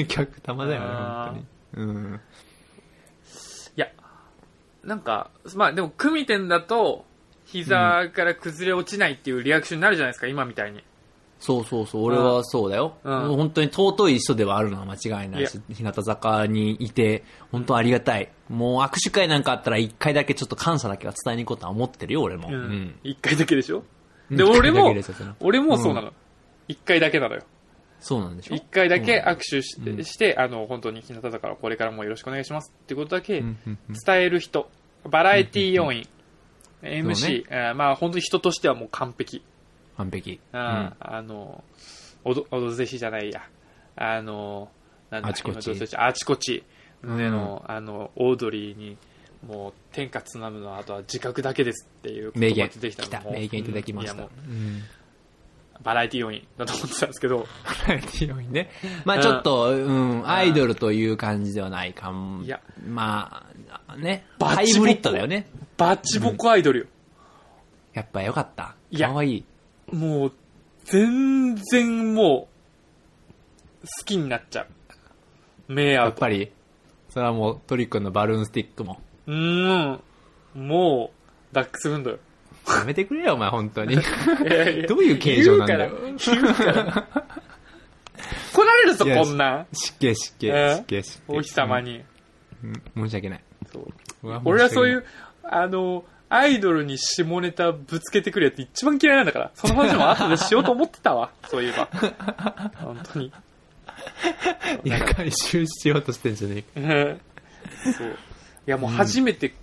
Speaker 2: 逆玉だよね、
Speaker 1: あー
Speaker 2: 本当に。うん。
Speaker 1: いや、なんか、まあでも、組点だと、膝から崩れ落ちないっていうリアクションになるじゃないですか、今みたいに。
Speaker 2: そうそうそう、俺はそうだよ。
Speaker 1: うん
Speaker 2: 本当に尊い人ではあるのは間違いないし、日向坂にいて、本当ありがたい。もう握手会なんかあったら一回だけちょっと感謝だけは伝えに行こうとは思ってるよ、俺も。
Speaker 1: う
Speaker 2: うんん。。
Speaker 1: 一、回だけでしょ
Speaker 2: うん
Speaker 1: で、俺
Speaker 2: 一回だ
Speaker 1: も
Speaker 2: けですよそれ、
Speaker 1: 俺もそうなの。一、回だけなのよ。
Speaker 2: そうなんでしょ
Speaker 1: 一回だけ握手し,、
Speaker 2: うん
Speaker 1: して、あの、本当に日向坂はこれからもよろしくお願いしますってことだけ
Speaker 2: う
Speaker 1: 伝
Speaker 2: んうんうん
Speaker 1: える人、バラエティ要員、
Speaker 2: そうね
Speaker 1: MC、えーまあ本当に人としてはもう完璧。
Speaker 2: 完璧。
Speaker 1: う
Speaker 2: うんん
Speaker 1: あの、おど、おどぜひじゃないや。あの、なんだ
Speaker 2: あちこち
Speaker 1: 今どうしてあちこち。胸の、あの、オードリーに、もう、天下つなむのは、あとは自覚だけですっていう
Speaker 2: 名
Speaker 1: 言葉
Speaker 2: 言。
Speaker 1: が出てき
Speaker 2: 来
Speaker 1: たの
Speaker 2: た。
Speaker 1: もう
Speaker 2: 名言いただきまし
Speaker 1: うんいや
Speaker 2: た。
Speaker 1: も
Speaker 2: うん。
Speaker 1: うバラエティ要員だと思ってたんですけど、
Speaker 2: バラエティ要因ね。まあちょっと、うん、アイドルという感じではないかも。
Speaker 1: いや。
Speaker 2: まあ、ね。
Speaker 1: バ
Speaker 2: ハイ
Speaker 1: チボコ
Speaker 2: ブリッドだよね。
Speaker 1: バチボコアイドルよ。
Speaker 2: やっぱよかった。
Speaker 1: いや
Speaker 2: かわいい。
Speaker 1: もう、全然もう、好きになっちゃう。目合
Speaker 2: や
Speaker 1: う
Speaker 2: っ
Speaker 1: と。
Speaker 2: ぱり、それはもうトリックのバルーンスティックも。
Speaker 1: うーん。もう、ダックスフンドよ。
Speaker 2: やめてくれよ、お前、本当に。
Speaker 1: いやいや
Speaker 2: どういう形状なんだよ
Speaker 1: 言うから。言うから来られるぞ、
Speaker 2: いや
Speaker 1: こんなん。
Speaker 2: 失敬、失敬、
Speaker 1: え
Speaker 2: 失敬、失敬。
Speaker 1: お日様に。
Speaker 2: うん。うん申し訳ない。
Speaker 1: そう
Speaker 2: うわ
Speaker 1: 俺はそうい。
Speaker 2: 申し
Speaker 1: う、あの、アイドルに下ネタぶつけてくるやつ一番嫌いなんだから。その話も後でしようと思ってた わ。そういえば。本当に。
Speaker 2: 訳ないいや、回収しようとしてんじゃねえか。
Speaker 1: うんそう。いや、もう初めて、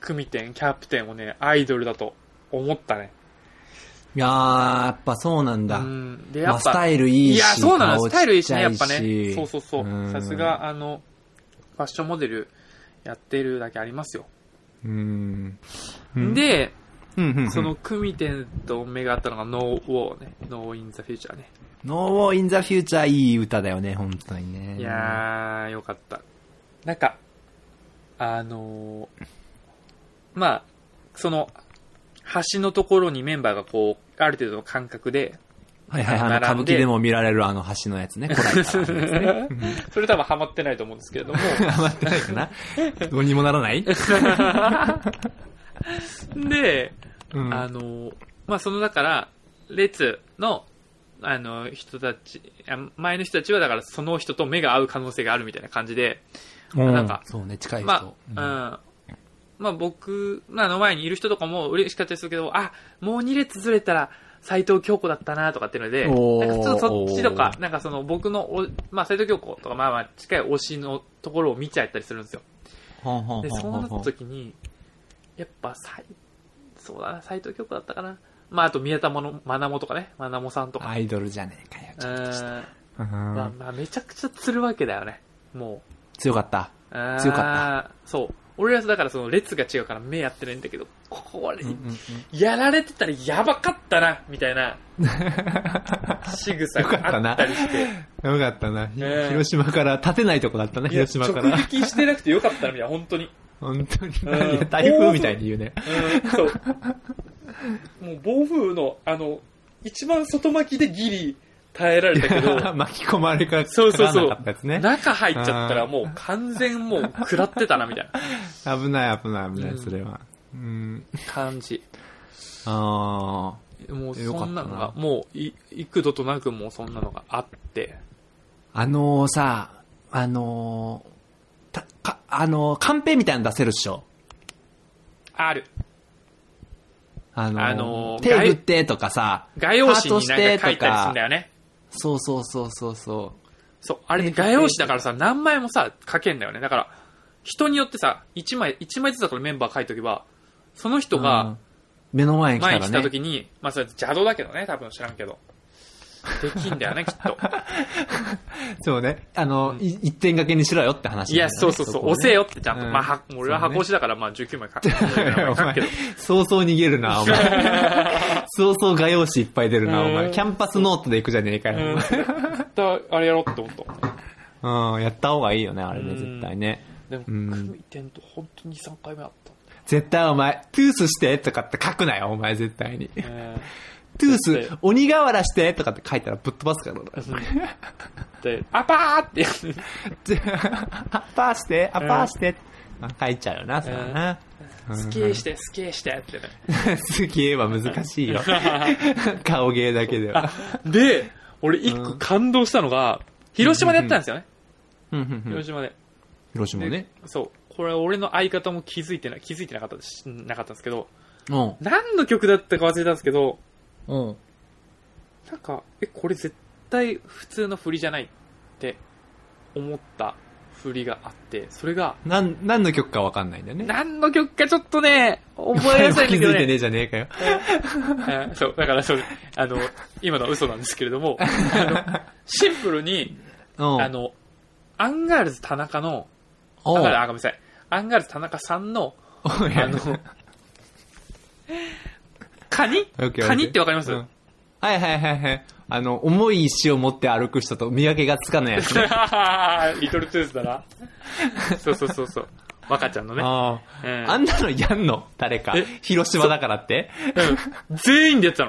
Speaker 1: 組点、キャプテンをね、アイドルだと思ったね。
Speaker 2: いやー、やっぱそうなん
Speaker 1: う
Speaker 2: だ。
Speaker 1: ん。で、
Speaker 2: ま
Speaker 1: や
Speaker 2: あ、
Speaker 1: っ
Speaker 2: スタ
Speaker 1: ぱ、
Speaker 2: イルいいし。
Speaker 1: いや、そうなの、
Speaker 2: 顔
Speaker 1: スタイルいいしね、や
Speaker 2: ち
Speaker 1: っ
Speaker 2: っちゃ
Speaker 1: ぱ
Speaker 2: い
Speaker 1: ね。
Speaker 2: し
Speaker 1: そうそうそう。さす。が、あの、ファッションモデルやってるだけありますよ。
Speaker 2: うん。うん、
Speaker 1: で、
Speaker 2: うんうんうん
Speaker 1: その、組点と目が合ったのが、ノー・ウォーね。ノー・イン・ザ・フューチャーね。
Speaker 2: No War in the Future いい歌だよね、本当にね。
Speaker 1: いやー、よかった。なんか、あのーまあ、その、橋のところにメンバーがこう、ある程度の間隔で、
Speaker 2: はいはい、あの、歌
Speaker 1: 並ん
Speaker 2: 舞
Speaker 1: で
Speaker 2: 伎でも見られるあの橋のやつね、古来 からのやつね。
Speaker 1: それ多分ハマってないと思うんですけれ ども、
Speaker 2: 余ってないかなどうにもなら ない
Speaker 1: で、
Speaker 2: うん
Speaker 1: あの、まあ、その、だから、列の、あの、人たち、あ前の人たちは、だから、その人と目が合う可能性があるみたいな感じで、なんか
Speaker 2: そうね、近い人。
Speaker 1: ま
Speaker 2: うん
Speaker 1: あ、うん。まあ、僕、まあ、あの前にいる人とかも嬉しかったですけど、あ、もう2列ずれたら、斎藤京子だったなとかっていうので、
Speaker 2: おー
Speaker 1: なんかちょっとそっちとか、なんかその僕のお、まあ、斎藤京子とか、まあまあ、近い推しのところを見ちゃったりするんですよ。
Speaker 2: ほんほん
Speaker 1: で、
Speaker 2: ほん
Speaker 1: そう
Speaker 2: ほん
Speaker 1: なった
Speaker 2: ほん
Speaker 1: 時に、やっぱ、さい、そうだな、斎藤京子だったかな。まあ、あと、宮田もの、まなもとかね、まなもさんとか。
Speaker 2: アイドルじゃねえかよ
Speaker 1: うーん。
Speaker 2: ちょっと。うん
Speaker 1: まあ、まあ、めちゃくちゃ釣るわけだよね。も
Speaker 2: 強かった。
Speaker 1: う。あー
Speaker 2: 強か
Speaker 1: そう。俺らだからその列が違うから目やってないんだけど、これ、やられてたらやばかったな、みたい な、仕草
Speaker 2: よかった
Speaker 1: があ
Speaker 2: な
Speaker 1: ったりして。
Speaker 2: よかったな。ひ
Speaker 1: ねえ
Speaker 2: 広島から、立てないとこだったね、
Speaker 1: いや
Speaker 2: 広島から
Speaker 1: 直。撃してなくてよかったな、みたいな、本当に。
Speaker 2: 本当に
Speaker 1: う
Speaker 2: な。
Speaker 1: ん
Speaker 2: いや、台風みたいに言うね。
Speaker 1: うんそう。もう暴風雨の、あの、一番外巻きでギリ耐えられたけど、
Speaker 2: 巻き込まれか
Speaker 1: そうそうそ
Speaker 2: か
Speaker 1: う
Speaker 2: らなかったやつね。
Speaker 1: 中入っちゃったらもう完全もう食らってたなみたいな
Speaker 2: 危ない危ない危な
Speaker 1: う
Speaker 2: い、
Speaker 1: ん
Speaker 2: それは。うん。
Speaker 1: 感じ。
Speaker 2: あ
Speaker 1: もう
Speaker 2: よ
Speaker 1: そ
Speaker 2: かった
Speaker 1: ん
Speaker 2: な
Speaker 1: なのが、もうい幾度となくもうそんなのがあって、
Speaker 2: あ。あのーさ、あのー、た、か、あのー、カンペみたいなの出せるっしょ。
Speaker 1: ある。
Speaker 2: あのー、
Speaker 1: あのー
Speaker 2: 手振ってとかさ、
Speaker 1: 画用紙に
Speaker 2: ハー
Speaker 1: なん
Speaker 2: ト
Speaker 1: か書いたりするんだ
Speaker 2: してとか
Speaker 1: よね。
Speaker 2: そうそうそうそうそ
Speaker 1: そう、あれね
Speaker 2: ペー
Speaker 1: 画用紙だからさ、何枚もさ、書けんだよね。だから、人によってさ、1枚、一枚ずつだからメンバー書いとけば、その
Speaker 2: う。
Speaker 1: 人が、
Speaker 2: うん、目の前に来た
Speaker 1: 前
Speaker 2: ら
Speaker 1: に
Speaker 2: ね。
Speaker 1: 来た時に、まあそれ邪道だけどね、多分知らんけど。できんだよね、きっ と。
Speaker 2: そうね。あの、い一点掛けにしろよって話
Speaker 1: い
Speaker 2: なんだ
Speaker 1: や、
Speaker 2: よね、
Speaker 1: そうそうそう、
Speaker 2: こね
Speaker 1: 押せ。よってちゃんと。
Speaker 2: うん
Speaker 1: まあ、は俺は
Speaker 2: そうね
Speaker 1: 箱押しだから、まあ19枚書く。19枚
Speaker 2: お
Speaker 1: 書く
Speaker 2: 前
Speaker 1: けど。、
Speaker 2: そうそう逃げるな、お前。そうそう画用紙いっぱい出るな、お
Speaker 1: う
Speaker 2: 前。
Speaker 1: ん
Speaker 2: キャンパスノートで行くじゃねえかよ。
Speaker 1: うん、絶対あれやろうって思った。
Speaker 2: うん、やった方がいいよね、あれね、
Speaker 1: うん
Speaker 2: 絶対ね。
Speaker 1: でも、
Speaker 2: うん
Speaker 1: 組点と本当に2、3回目あった。
Speaker 2: 絶対お前、トゥースしてとかって書くなよ、お前絶対に。ト
Speaker 1: え
Speaker 2: ゥー
Speaker 1: 絶
Speaker 2: ス、鬼瓦してとかって書いたらぶっ飛ばす から
Speaker 1: ーで、アパーってやる。
Speaker 2: な。アッパーして、アッパーして。あ書いちゃうよな、それはな。
Speaker 1: スキーして、スキーしてってね。
Speaker 2: すげえは難し いよ。顔芸だけでは。
Speaker 1: で、俺一個感動したのが、広島でやったんですよね。
Speaker 2: うんうんうん
Speaker 1: 広島で。
Speaker 2: 広島ね。
Speaker 1: そう。これ俺の相方も気づいてない、気づいてなかったですしなかったんですけど、
Speaker 2: うん。
Speaker 1: 何の曲だったか忘れたんですけど、
Speaker 2: うん。
Speaker 1: なんか、え、これ絶対普通の振りじゃないって思った振りがあって、それが、
Speaker 2: なん、何の曲かわかんないんだよね。
Speaker 1: 何の曲かちょっとね、覚えやすいんだけ
Speaker 2: 気
Speaker 1: ど
Speaker 2: づいてね
Speaker 1: ね。
Speaker 2: えじゃねえかよ。
Speaker 1: えーそう、だからそう、あの、今のは嘘なんですけれど も、あのシンプルに、
Speaker 2: うん。
Speaker 1: あの、アンガールズ田中の、
Speaker 2: おう、
Speaker 1: だから、あ、ごめんなさい。アンガールズ田中さんの、
Speaker 2: お う
Speaker 1: あの、カニカニってわかります、
Speaker 2: うんはいはいはいはい。あの、重い石を持って歩く人と見分けがつかないやつね。
Speaker 1: リトルトゥースだな。そうそうそうそう。若ちゃんのね。
Speaker 2: あ
Speaker 1: う
Speaker 2: あ
Speaker 1: ん
Speaker 2: あんなのやんの誰か
Speaker 1: え。
Speaker 2: 広島だからって
Speaker 1: うん全員でやってた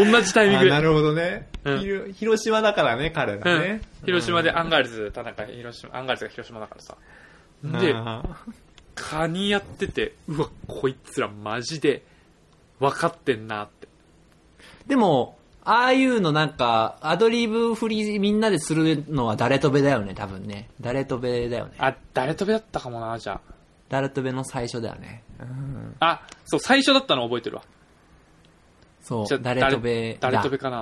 Speaker 1: の。同じタイミン
Speaker 2: あ
Speaker 1: グで。
Speaker 2: なるほどね、
Speaker 1: うん
Speaker 2: ひろ広島だからね、彼ら
Speaker 1: うん
Speaker 2: ね。
Speaker 1: 広島でアンガールズ、田中、広島、アンガールズが広島だからさ。で、
Speaker 2: あ
Speaker 1: カニやってて、うわ、こいつらマジで分かってんなって。
Speaker 2: ーでも、ああいうのなんか、アドリブ振りみんなでするのは誰とべだよね、多分ね。誰とべだよね。
Speaker 1: あ、誰とべだったかもな、じゃ
Speaker 2: 誰とべの最初だよね。
Speaker 1: あ。あ、そう、最初だったの覚えてるわ。
Speaker 2: そ
Speaker 1: じゃ
Speaker 2: う、誰とべだ。
Speaker 1: 誰とべかな。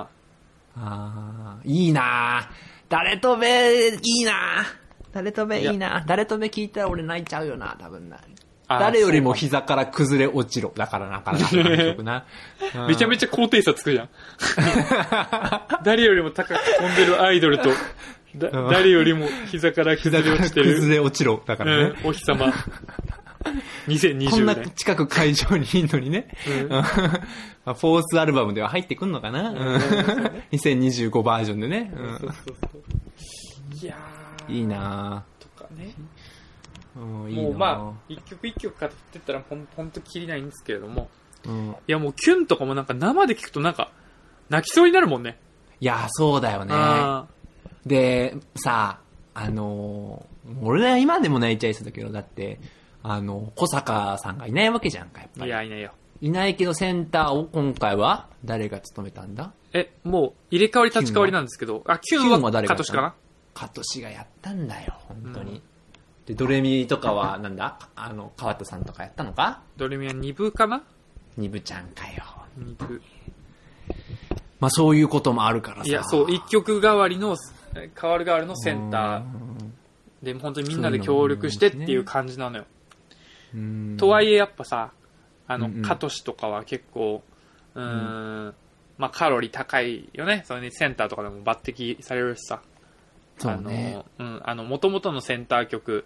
Speaker 2: ああ、いいなぁ。誰とべ、いいなぁ。誰とべいいなぁ。誰とべ聞いたら俺泣いちゃうよな、多分な。
Speaker 1: あー
Speaker 2: 誰よりも膝から崩れ落ちろ。だからな、からな、この 曲な。
Speaker 1: めちゃめ
Speaker 2: ち
Speaker 1: ちゃ高低差つくじゃ ん。誰よりも高く飛んでるアイドルと、だ
Speaker 2: うん
Speaker 1: 誰よりも膝から
Speaker 2: ゃ
Speaker 1: 崩れ落ちてる、
Speaker 2: 崩れ落ちろ。だか
Speaker 1: う
Speaker 2: ら
Speaker 1: ん
Speaker 2: ね。、
Speaker 1: お日 様。
Speaker 2: こんな
Speaker 1: 2020年。
Speaker 2: 近く会場にいんのにね。
Speaker 1: うん
Speaker 2: うん フォースアルバムでは入ってくんのかな、うん、?2025 バージョンでね。うん
Speaker 1: そうそうそういやー、
Speaker 2: いいな
Speaker 1: とかね。
Speaker 2: ぁ。うん、いいな
Speaker 1: も
Speaker 2: ぁ
Speaker 1: うまあ、一曲一曲語ってったらほんほんときりないんですけれども、
Speaker 2: うん、
Speaker 1: いやもうキュンとかもなんか生で聞くとなんか、泣きそうになるもんね。
Speaker 2: いや、そうだよね。
Speaker 1: あ
Speaker 2: で、さ、あのー俺は今でも泣いちゃいそうだけど、だって、あの、小坂さんがいないわけじゃんか、やっ
Speaker 1: ー
Speaker 2: ぱ
Speaker 1: い
Speaker 2: り。
Speaker 1: や、いないよ。
Speaker 2: いないけど、センターを今回は、誰が務めたんだ
Speaker 1: え、もう入れ替わり立ち替わりなんですけど、あ、キュ
Speaker 2: キュ
Speaker 1: ン
Speaker 2: ンは
Speaker 1: は
Speaker 2: 誰が
Speaker 1: カトシかな
Speaker 2: カトシがやったんだよ、本当に。
Speaker 1: う
Speaker 2: で、ドレミとかは、なんだあの、川田さんとかやったのか
Speaker 1: ドレミは2部かな
Speaker 2: ニブちゃんかよ。
Speaker 1: ?2 部。
Speaker 2: まあ、そういうこともあるからさ。
Speaker 1: いや、そう、一曲代わりの、え変わる代わりのセンタ
Speaker 2: うん
Speaker 1: ーで、本当にみんなで協力してっていう感じなのよ。
Speaker 2: うん
Speaker 1: とはいえ、やっぱさ、あ
Speaker 2: うんうん
Speaker 1: の、カトシとかは結構、うーん、まあ、カロリー高いよね。それにセンターとかでも抜擢されるしさ。
Speaker 2: そうね。
Speaker 1: あの、うん、あの、元々のセンター曲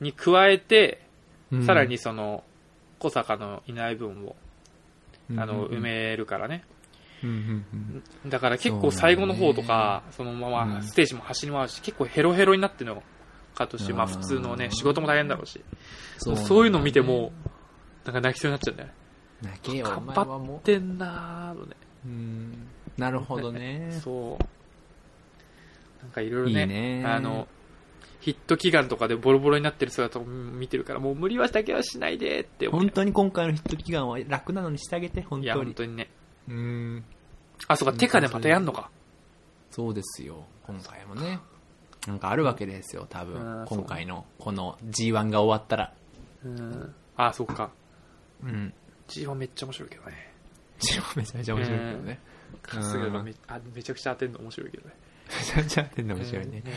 Speaker 1: に加えて、
Speaker 2: うん
Speaker 1: さらに、その、小坂のいない分を、あの、埋
Speaker 2: 梅
Speaker 1: めるからね。
Speaker 2: うんうんうん
Speaker 1: だから結構最後の方とか、そ,、のま
Speaker 2: うん
Speaker 1: まステージも走り回るし、結構ヘロヘロになってのかとし、まあ
Speaker 2: うん
Speaker 1: 普通のね、仕事も大変だろうし、
Speaker 2: そ
Speaker 1: そう
Speaker 2: なんだよね
Speaker 1: いうの見ても、なんか泣きそうになっちゃうんだよね。
Speaker 2: 泣けよ、お
Speaker 1: 頑
Speaker 2: 前は
Speaker 1: 張
Speaker 2: も
Speaker 1: ってんなーとね。
Speaker 2: う。うん。なるほどね。
Speaker 1: そう。なんかいろいろね、
Speaker 2: いいね
Speaker 1: あの、ヒット祈願とかでボロボロになってる姿を見てるから、もう無理はだけはしないでって思う
Speaker 2: 本当に今回のヒット祈願は楽なのにしてあげて、本
Speaker 1: いや、
Speaker 2: 当
Speaker 1: 本
Speaker 2: に。
Speaker 1: 当にね。
Speaker 2: うん。
Speaker 1: あ、そうか、テカでまたやんのか。
Speaker 2: そうですよ、今回もね。なんかあるわけですよ、多
Speaker 1: う
Speaker 2: 分。
Speaker 1: ん
Speaker 2: 今回の、この G1 が終わったら。
Speaker 1: うん。あ、そうか。
Speaker 2: うん。
Speaker 1: G はめっちゃ面白いけどね。
Speaker 2: G1 めちゃめちゃ面白いけどね。
Speaker 1: 春日がめあめちゃくちゃ当てるの面白いけどね。
Speaker 2: めちゃめちゃ面白いね。
Speaker 1: うん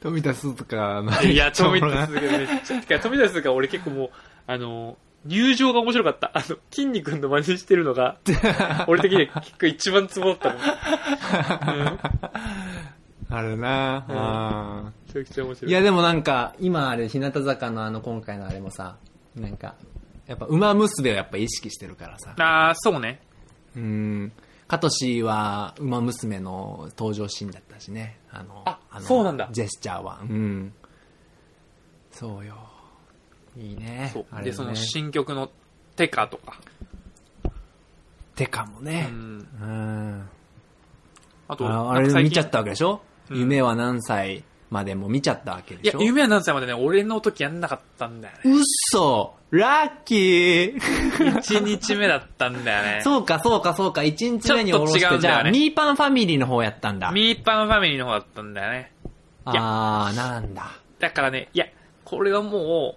Speaker 2: 富田鈴とかの
Speaker 1: い や、富田鈴がめっちゃ、てか富田鈴が俺結構もう、あの、入場が面白かった。あの、筋肉の真似してるの が、俺的には結構一番ツボだったもん。うん、
Speaker 2: あるなあ
Speaker 1: めちゃくちゃ面
Speaker 2: ー
Speaker 1: 白い。
Speaker 2: いや、でもなんか、今あれ、日向坂のあの、今回のあれもさ、なんか、やっぱ、馬娘をやっぱ意識してるからさ。
Speaker 1: あー、そうね。
Speaker 2: うん。カトシは、馬娘の登場シーンだったしね。あの、
Speaker 1: あ
Speaker 2: の
Speaker 1: そうなんだ
Speaker 2: ジェスチャーは。うん。そうよ。いいね。
Speaker 1: そう。
Speaker 2: あれ、ね、
Speaker 1: で、その新曲のテカと か。
Speaker 2: てかも
Speaker 1: う
Speaker 2: ね。
Speaker 1: ん。
Speaker 2: うん。
Speaker 1: あと、。
Speaker 2: ああれ見ちゃったたわけでしょ、
Speaker 1: うん
Speaker 2: 夢は何歳までも見ちゃったわけ
Speaker 1: い
Speaker 2: で
Speaker 1: や
Speaker 2: しょ、
Speaker 1: 夢は何歳までね、 俺の時やんなかったんだよね。
Speaker 2: うっそラッキー
Speaker 1: 1日目だったんだよね。
Speaker 2: そうか、そうか、そうか。一日目に下ろして、
Speaker 1: ちょっと違うん
Speaker 2: じ
Speaker 1: だよ
Speaker 2: ゃ
Speaker 1: ね
Speaker 2: あ、ミーパンファミリーの方やったんだ。
Speaker 1: ミーパンファミリーの方だったんだよね。
Speaker 2: あー、なんだ。
Speaker 1: だからね、いや、これはも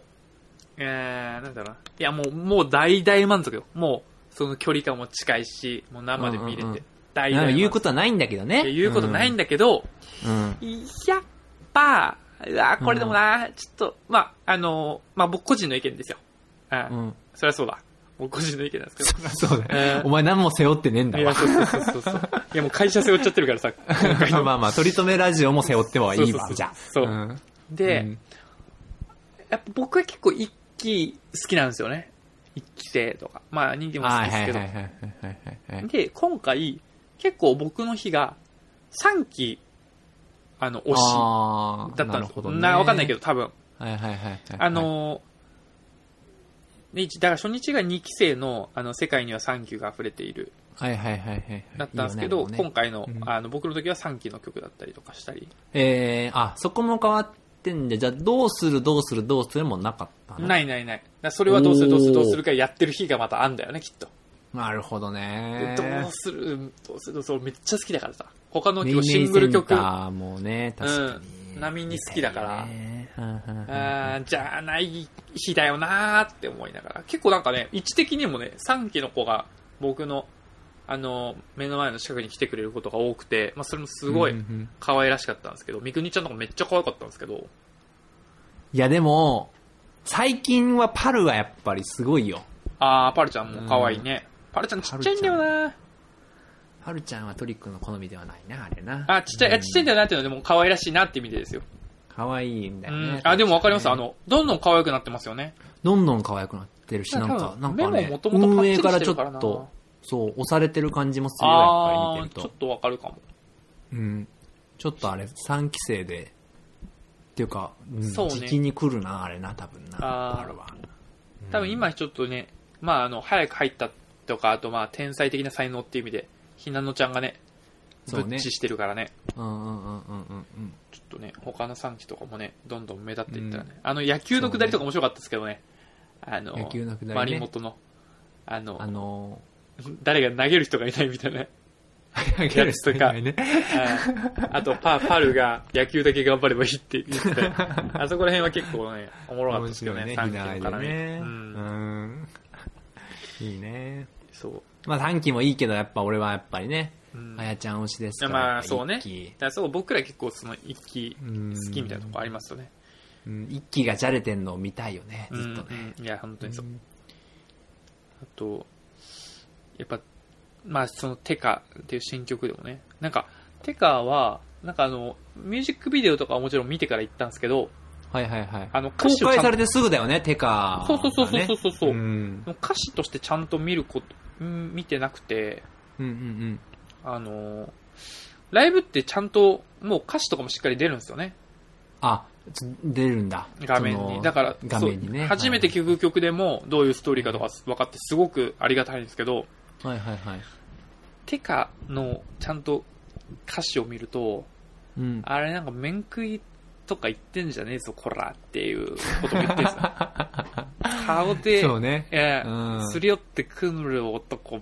Speaker 1: う、えー、なんだろうな。いや、もう、もう大大満足よ。もう、その距離感も近いし、もう生で見れて。
Speaker 2: うんうんうん
Speaker 1: 大
Speaker 2: なんか
Speaker 1: だ
Speaker 2: 言
Speaker 1: よ
Speaker 2: うことはないんだけどね。
Speaker 1: いや言うことないんだけど、
Speaker 2: うん。うん。
Speaker 1: やっぱ、うわこれでもな、ちょっと、まあ、あの、まあ、僕個人の意見ですよ。うん。
Speaker 2: うん。
Speaker 1: そりゃそうだ。僕個人の意見なんですけど。
Speaker 2: そうだ
Speaker 1: え
Speaker 2: よ
Speaker 1: ー。
Speaker 2: お前何も背負ってねえんだ
Speaker 1: い
Speaker 2: わ
Speaker 1: や、。そうそうそうそうそう。いや、もう会社背負っちゃってるからさ、今回の。
Speaker 2: まあまあ、取り留めラジオも背負ってはいいわ
Speaker 1: そうそうそ、う
Speaker 2: じゃあ。
Speaker 1: そうんで、
Speaker 2: うん
Speaker 1: やっぱ僕は結構一期好きなんですよね。一期生とか。まあ、人気も好
Speaker 2: は
Speaker 1: きで
Speaker 2: い
Speaker 1: す
Speaker 2: はい
Speaker 1: けど。
Speaker 2: はいはいはいはいはい。
Speaker 1: で、今回、結構僕の日が、3期、あの、推し
Speaker 2: あー
Speaker 1: だった
Speaker 2: な
Speaker 1: の。
Speaker 2: るほどね
Speaker 1: なわかんないけど、多分。
Speaker 2: はいはいはいはい。
Speaker 1: あのー、ね、だから初日が2期生の、あの、世界には3級が溢れている、
Speaker 2: はいはいはいはいはい。
Speaker 1: だったんですけ
Speaker 2: いい
Speaker 1: ど、
Speaker 2: よね
Speaker 1: 今回の、
Speaker 2: うん
Speaker 1: あの、僕の時は3期の曲だったりとかしたり、
Speaker 2: えー、あ、そこも変わってんで、じゃあどうするどうするどうするもなかったの。
Speaker 1: ないいないない。だからそれはどうするどうする
Speaker 2: おー
Speaker 1: どうするかやってる日がまたあんだよね、きっと。
Speaker 2: なるほどね
Speaker 1: で。どうするどうするどうするめっちゃ好きだからさ。他の
Speaker 2: メイ
Speaker 1: 今日シングル曲、
Speaker 2: メイセン
Speaker 1: あ
Speaker 2: ターもね、確か
Speaker 1: うん
Speaker 2: に。
Speaker 1: 並に好きだから
Speaker 2: みたいねうんうんうん
Speaker 1: ーじゃあない日だよなーって思いながら、結構なんかね、位置的にもね、3期の子が僕の、あの、目の前の近くに来てくれることが多くて、まあそれもすごい、
Speaker 2: うんうん
Speaker 1: 可愛らしかったんですけど、みくにちゃんとかめっちゃ可愛かったんですけど、
Speaker 2: いやでも、最近はパルはやっぱりすごいよ。
Speaker 1: あー、パルちゃんも可愛いね。パルちゃんちっちゃいんだよな
Speaker 2: パルちゃんはトリックの好みではないな、あれな。
Speaker 1: あ、ちっちゃい、あちっちゃいん
Speaker 2: だ
Speaker 1: だよなっていうのはでも可愛らしいなって意味でですよ。
Speaker 2: 可愛いんだ
Speaker 1: う
Speaker 2: よね
Speaker 1: ん。。あ、でもわかります。
Speaker 2: ね
Speaker 1: あ、の、どんどん可愛くなってますよね。
Speaker 2: どんどん可愛くなってるし、なん
Speaker 1: 多
Speaker 2: か、
Speaker 1: 分
Speaker 2: なんか
Speaker 1: 目も
Speaker 2: ね
Speaker 1: も、ともとパッ
Speaker 2: 運
Speaker 1: チリ
Speaker 2: 営
Speaker 1: してる
Speaker 2: か
Speaker 1: から
Speaker 2: ら
Speaker 1: な
Speaker 2: ちょっと、そう、押されてる感じもするよ、やっぱり
Speaker 1: あ
Speaker 2: 見
Speaker 1: ー、
Speaker 2: て
Speaker 1: ちょ
Speaker 2: る
Speaker 1: っ
Speaker 2: と。
Speaker 1: とわかるかも。
Speaker 2: うん。ちょっとあれ、3期生で、っていうか、うん、
Speaker 1: そうね
Speaker 2: 時期に来るな、あれな、多分な、
Speaker 1: あー
Speaker 2: パルは。
Speaker 1: 多分今ちょっとね、まああの、早く入ったとか、あとまあ天才的な才能っていう意味で、ひなのちゃんがね、
Speaker 2: そ
Speaker 1: ぶ
Speaker 2: うね
Speaker 1: っちしてるからね、
Speaker 2: うんうんうんうんうんうん。
Speaker 1: ちょっとね、他の3期とかもね、どんどん目立っていったらね、あの野球のくだりとか面白かったですけどね、あの、
Speaker 2: 野球のくだりね
Speaker 1: マリモトの、あの、
Speaker 2: あの
Speaker 1: 誰が投げる人がいないみたい な。
Speaker 2: ー、
Speaker 1: やつ とか
Speaker 2: ね。
Speaker 1: はいあとパ、パルが野球だけ頑張ればいいって言って たあそこら辺は結構ね、おもろかった
Speaker 2: 面
Speaker 1: ですけど
Speaker 2: 白い
Speaker 1: ね、
Speaker 2: ね、
Speaker 1: 3
Speaker 2: ひ
Speaker 1: 期
Speaker 2: なあい
Speaker 1: の
Speaker 2: で
Speaker 1: 絡み。
Speaker 2: ね。
Speaker 1: う、
Speaker 2: うんん。 いいね。
Speaker 1: そう。
Speaker 2: まあ3期もいいけど、やっぱ俺はやっぱりね、
Speaker 1: うん
Speaker 2: あやちゃん推しですから。
Speaker 1: まあ、そうね。だ
Speaker 2: 一期
Speaker 1: からそう、僕ら結構その一期
Speaker 2: うん
Speaker 1: 好きみたいなとこありますよね。
Speaker 2: うん一期がじゃれてんのを見たいよね、ずっとね。
Speaker 1: うんいや、本当にそう。あと、やっぱ、まあ、その、テカっていう新曲でもね、なんか、テカは、なんかあの、ミュージックビデオとかはもちろん見てから行ったんですけど、
Speaker 2: はいはいはい。
Speaker 1: あの、歌
Speaker 2: 公
Speaker 1: 詞をち
Speaker 2: 開
Speaker 1: ゃん
Speaker 2: さ
Speaker 1: と
Speaker 2: れてすぐだよね、テカ、ね。
Speaker 1: そうそうそうそうそうそう
Speaker 2: うん。
Speaker 1: でも歌詞としてちゃんと見ること、ん見てなくて、
Speaker 2: うんうんうん。
Speaker 1: あのーライブってちゃんと、もう歌詞とかもしっかり出るんですよね。
Speaker 2: あ、つ出るんだ。
Speaker 1: 画面
Speaker 2: そ
Speaker 1: に。
Speaker 2: の
Speaker 1: だから、
Speaker 2: 画面に
Speaker 1: そ
Speaker 2: ね。
Speaker 1: う初めて聴
Speaker 2: 聞
Speaker 1: く曲でも、どういうストーリーかとか分かって、すごくありがたいんですけど、
Speaker 2: く。はいはいはい。
Speaker 1: テカのちゃんと歌詞を見ると、
Speaker 2: うん。
Speaker 1: あれなんか面食いとか言ってんじゃねえぞ、こらっていうことも言ってんすよ。 顔で、
Speaker 2: そうね。
Speaker 1: ええ
Speaker 2: うん
Speaker 1: すり寄ってくる男、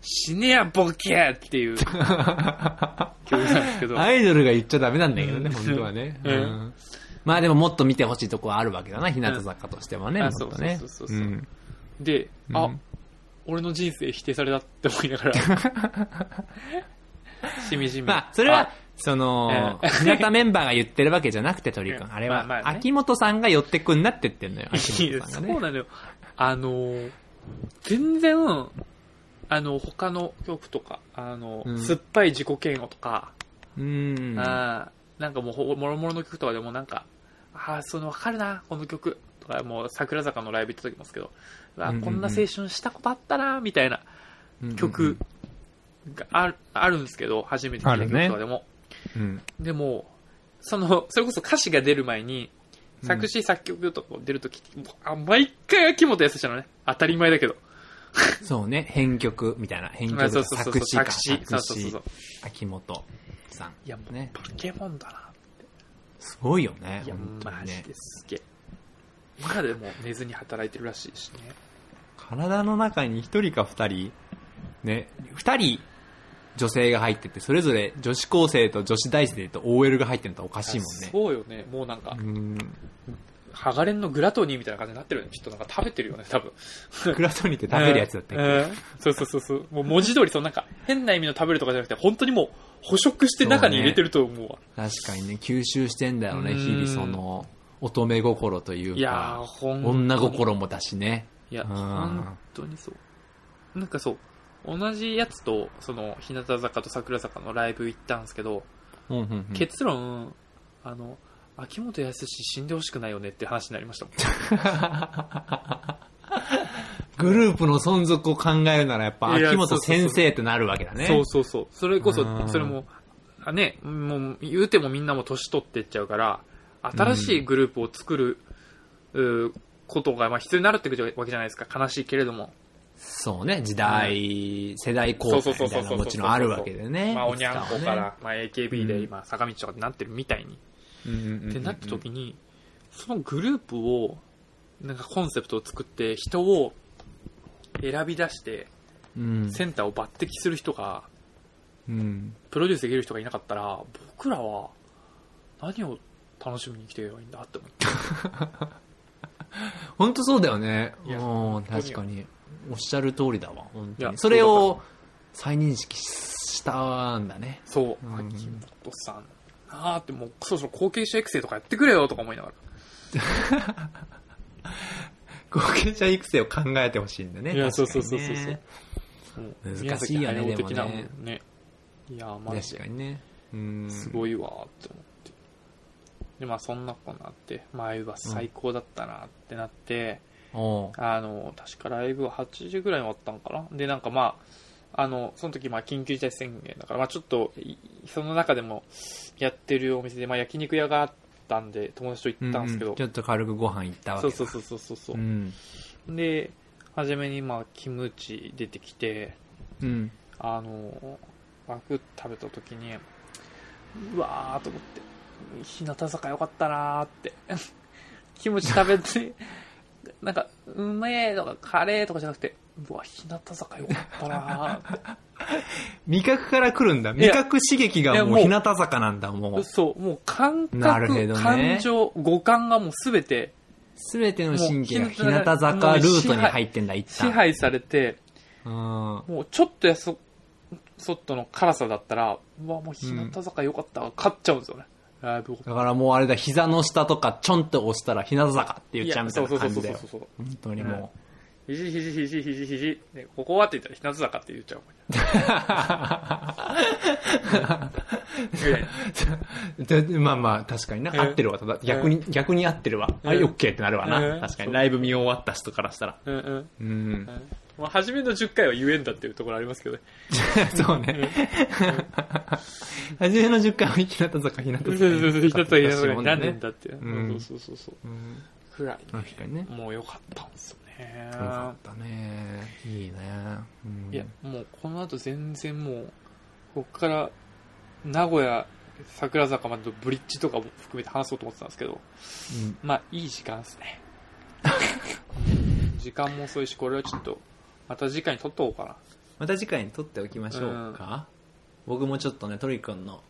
Speaker 1: 死ねやボケって いう曲なんですけど、
Speaker 2: アイドルが言っちゃダメなんだけどね、
Speaker 1: うん
Speaker 2: 本当はね。
Speaker 1: うん
Speaker 2: うんまあでももっと見てほしいとこはあるわけだな、日向坂としてはね。
Speaker 1: うんあ
Speaker 2: もっとね
Speaker 1: そうそうそうそう
Speaker 2: うん
Speaker 1: で、あ、
Speaker 2: うん
Speaker 1: 俺の人生否定されたって思いな がら、しみじみ。
Speaker 2: まあ、それは、その、
Speaker 1: ええ
Speaker 2: 日向メンバーが言ってるわけじゃなくて、鳥く
Speaker 1: うん
Speaker 2: ん。あれ
Speaker 1: まあ
Speaker 2: は
Speaker 1: ま、あね
Speaker 2: 秋元さんが寄ってくんなって言ってんのよ、
Speaker 1: い
Speaker 2: 秋
Speaker 1: や
Speaker 2: 元さんが
Speaker 1: そう
Speaker 2: ね。
Speaker 1: なのよ。あのー全然、あの、他の曲とか、あの、
Speaker 2: うん
Speaker 1: 酸っぱい自己嫌悪とか、
Speaker 2: うん。
Speaker 1: あーなんかもうほ、もろもろの曲とかでもなんか、ああ、その、わかるな、この曲。とか、もう、桜坂のライブ行った時もですけど、うわ
Speaker 2: うんうんうん
Speaker 1: こんな青春したことあったな、みたいな
Speaker 2: うん
Speaker 1: 曲。がある、あるんですけど、初めて聴いた曲とかでも。
Speaker 2: うん。
Speaker 1: でも、その、それこそ歌詞が出る前に、
Speaker 2: うん
Speaker 1: 作詞作曲とか出るとき、もうあ毎回秋元康なのね。当たり前だけど。
Speaker 2: そうね、編曲みたいな。編
Speaker 1: まあ
Speaker 2: 曲
Speaker 1: そう
Speaker 2: と
Speaker 1: そう
Speaker 2: か
Speaker 1: そう
Speaker 2: 作詞
Speaker 1: そう
Speaker 2: か。
Speaker 1: そう
Speaker 2: 作
Speaker 1: そうそう
Speaker 2: 詞
Speaker 1: そう。。
Speaker 2: 秋元さん。
Speaker 1: いや、もう、
Speaker 2: ね
Speaker 1: ポケモンだな。
Speaker 2: すごいよね。
Speaker 1: いや、
Speaker 2: 本当
Speaker 1: マ
Speaker 2: に
Speaker 1: ジ
Speaker 2: ね。
Speaker 1: ですげえ。今でも寝ずに働いてるらしいしね。
Speaker 2: 体の中に一人か二人、ね、二人女性が入ってて、それぞれ女子高生と女子大生と OL が入ってるのとおかしいもんね。
Speaker 1: そうよね。もうなんか、
Speaker 2: うん。
Speaker 1: ハガレンのグラトニーみたいな感じになってるよね。ちょっとなんか食べてるよね、多分。
Speaker 2: グラトニーって食べるやつだったっけ、
Speaker 1: うんうんそうそうそうそう。もう文字通り、そのなんか、変な意味の食べるとかじゃなくて、本当にもう、捕食して中に入れてると思うわ。
Speaker 2: 確かにね、吸収してんだよね、
Speaker 1: うん
Speaker 2: 日々その、乙女心という
Speaker 1: いやー、
Speaker 2: か、
Speaker 1: ほん
Speaker 2: 女心もだしね。
Speaker 1: いや、
Speaker 2: うん
Speaker 1: 本当にそう。なんかそう、同じやつと、その、日向坂と桜坂のライブ行ったんですけど、
Speaker 2: うんうんうん
Speaker 1: 結論、あの、秋元康死んでほしくないよねって話になりましたもん。
Speaker 2: グループの存続を考えるならやっぱ
Speaker 1: いや
Speaker 2: 秋元先生ってなるわけだね。
Speaker 1: そうそうそう。それこそ
Speaker 2: う、ん
Speaker 1: それも、あね、もう言うてもみんなも年取ってっちゃうから、新しいグループを作る、うーことがまあ必要になるってわけじゃないですか。悲しいけれども。
Speaker 2: そうね、時代、世代交代みたいなのももちろんあるわけでね。
Speaker 1: まあ、おにゃんこか
Speaker 2: い
Speaker 1: ら、まあ、AKB で
Speaker 2: うん
Speaker 1: 今、坂道とかになってるみたいに。
Speaker 2: つかはね。うんうんうんうん
Speaker 1: ってなった時に、そのグループを、なんかコンセプトを作って、人を選び出して、
Speaker 2: うん
Speaker 1: センターを抜擢する人が、
Speaker 2: うん
Speaker 1: プロデュースできる人がいなかったら、僕らは何を楽しみに生きてればいいんだって思って。
Speaker 2: 本当そうだよね。
Speaker 1: いや
Speaker 2: うん、
Speaker 1: 本当に
Speaker 2: 確かに。おっしゃる通りだわ、本当
Speaker 1: いや
Speaker 2: に。それを再認識したんだね。
Speaker 1: そう
Speaker 2: う、ん
Speaker 1: 秋元さん。あーってもう、そろそろ後継者育成とかやってくれよとか思いなが
Speaker 2: 後継者育成を考えてほしいんだね。
Speaker 1: いや
Speaker 2: 確かに
Speaker 1: そうそ
Speaker 2: ね
Speaker 1: うそうそうそうら。もう
Speaker 2: 難しいよね
Speaker 1: 宮崎
Speaker 2: でも
Speaker 1: 駿
Speaker 2: ね
Speaker 1: 的なね。いやー、マジ
Speaker 2: 確
Speaker 1: で
Speaker 2: か。にね。うん。
Speaker 1: す
Speaker 2: い。
Speaker 1: ごいわーって思って。で、まあそんなこんなあって、前は最高だったなってなって、
Speaker 2: おう
Speaker 1: あの、確かライブは8時ぐらいに終わったんかな。で、なんかまあ、あの、その時まあ緊急事態宣言だから、まあちょっとい、その中でもやってるお店で、まあ焼肉屋があったんで、友達と行ったんですけ
Speaker 2: う
Speaker 1: ど、
Speaker 2: うちょっと軽くご飯行ったわけ
Speaker 1: そう
Speaker 2: だ
Speaker 1: そうそうそうそうそうう。
Speaker 2: ん。
Speaker 1: で、初めにまあキムチ出てきて、
Speaker 2: うん。
Speaker 1: あの、枠食べた時に、うわーと思って、日向坂よかったなーって。 キムチ食べて、 なんか、うめえとかカレーとかじゃなくて、うわ、日向坂よかったな ーって。
Speaker 2: 味覚から来るんだ。
Speaker 1: や
Speaker 2: 味覚刺激がもう
Speaker 1: い
Speaker 2: 日
Speaker 1: やも
Speaker 2: 向坂なんだ、もう。
Speaker 1: そう、もう感
Speaker 2: なる
Speaker 1: 覚、
Speaker 2: ほどね
Speaker 1: 感情、五感がもうすべて
Speaker 2: すべての神経が
Speaker 1: もう
Speaker 2: 日向坂ルートに入ってんだ、一
Speaker 1: 支
Speaker 2: 旦。
Speaker 1: 配されて、
Speaker 2: うん。
Speaker 1: もうちょっとやそ、そっとの辛さだったら、うわ、もう日向坂よかったわ、勝っちゃうんですよね。ライブ
Speaker 2: だからもうあれだ、膝の下とかちょんって押したら日向坂って言っちゃうみたいな感じだ
Speaker 1: いや
Speaker 2: よ
Speaker 1: そう。そうそうそうそう。
Speaker 2: 本当にも
Speaker 1: ひじひじひじひじひじ。ね、ここはって言ったら、日向坂って言っちゃう。ぐら い。
Speaker 2: う。でまあまあ、確かにな。
Speaker 1: うん
Speaker 2: 合ってるわ。ただ、逆に、逆に合ってるわ。
Speaker 1: ん
Speaker 2: あれ、オッケーってなるわ
Speaker 1: う
Speaker 2: な。
Speaker 1: ん
Speaker 2: 確か
Speaker 1: そう
Speaker 2: に。ライブ見終わった人からしたら。
Speaker 1: うんうん。
Speaker 2: うん
Speaker 1: う。んまあ、初めの10回は言えんだっていうところありますけど ね。
Speaker 2: そうね。初めの10回は日向坂、日向
Speaker 1: そうそ
Speaker 2: 坂。
Speaker 1: うそう、日向坂、日向
Speaker 2: 私
Speaker 1: 坂
Speaker 2: も
Speaker 1: に
Speaker 2: ね
Speaker 1: 何年だっていう。
Speaker 2: うん
Speaker 1: そうそうそうそう。
Speaker 2: うん
Speaker 1: くらい
Speaker 2: 確かにね。
Speaker 1: ね。もう良かったんですよね
Speaker 2: よ。かったね。いいね。うん
Speaker 1: いや、もうこの後全然もう、こっから、名古屋、桜坂までのブリッジとかも含めて話そうと思ってたんですけど、
Speaker 2: うん
Speaker 1: まあ、いい時間ですね。 時間も遅いし、これはちょっと、また次回に撮っとこうかな。
Speaker 2: また次回に撮っておきましょうか、僕もちょっとねトリくんの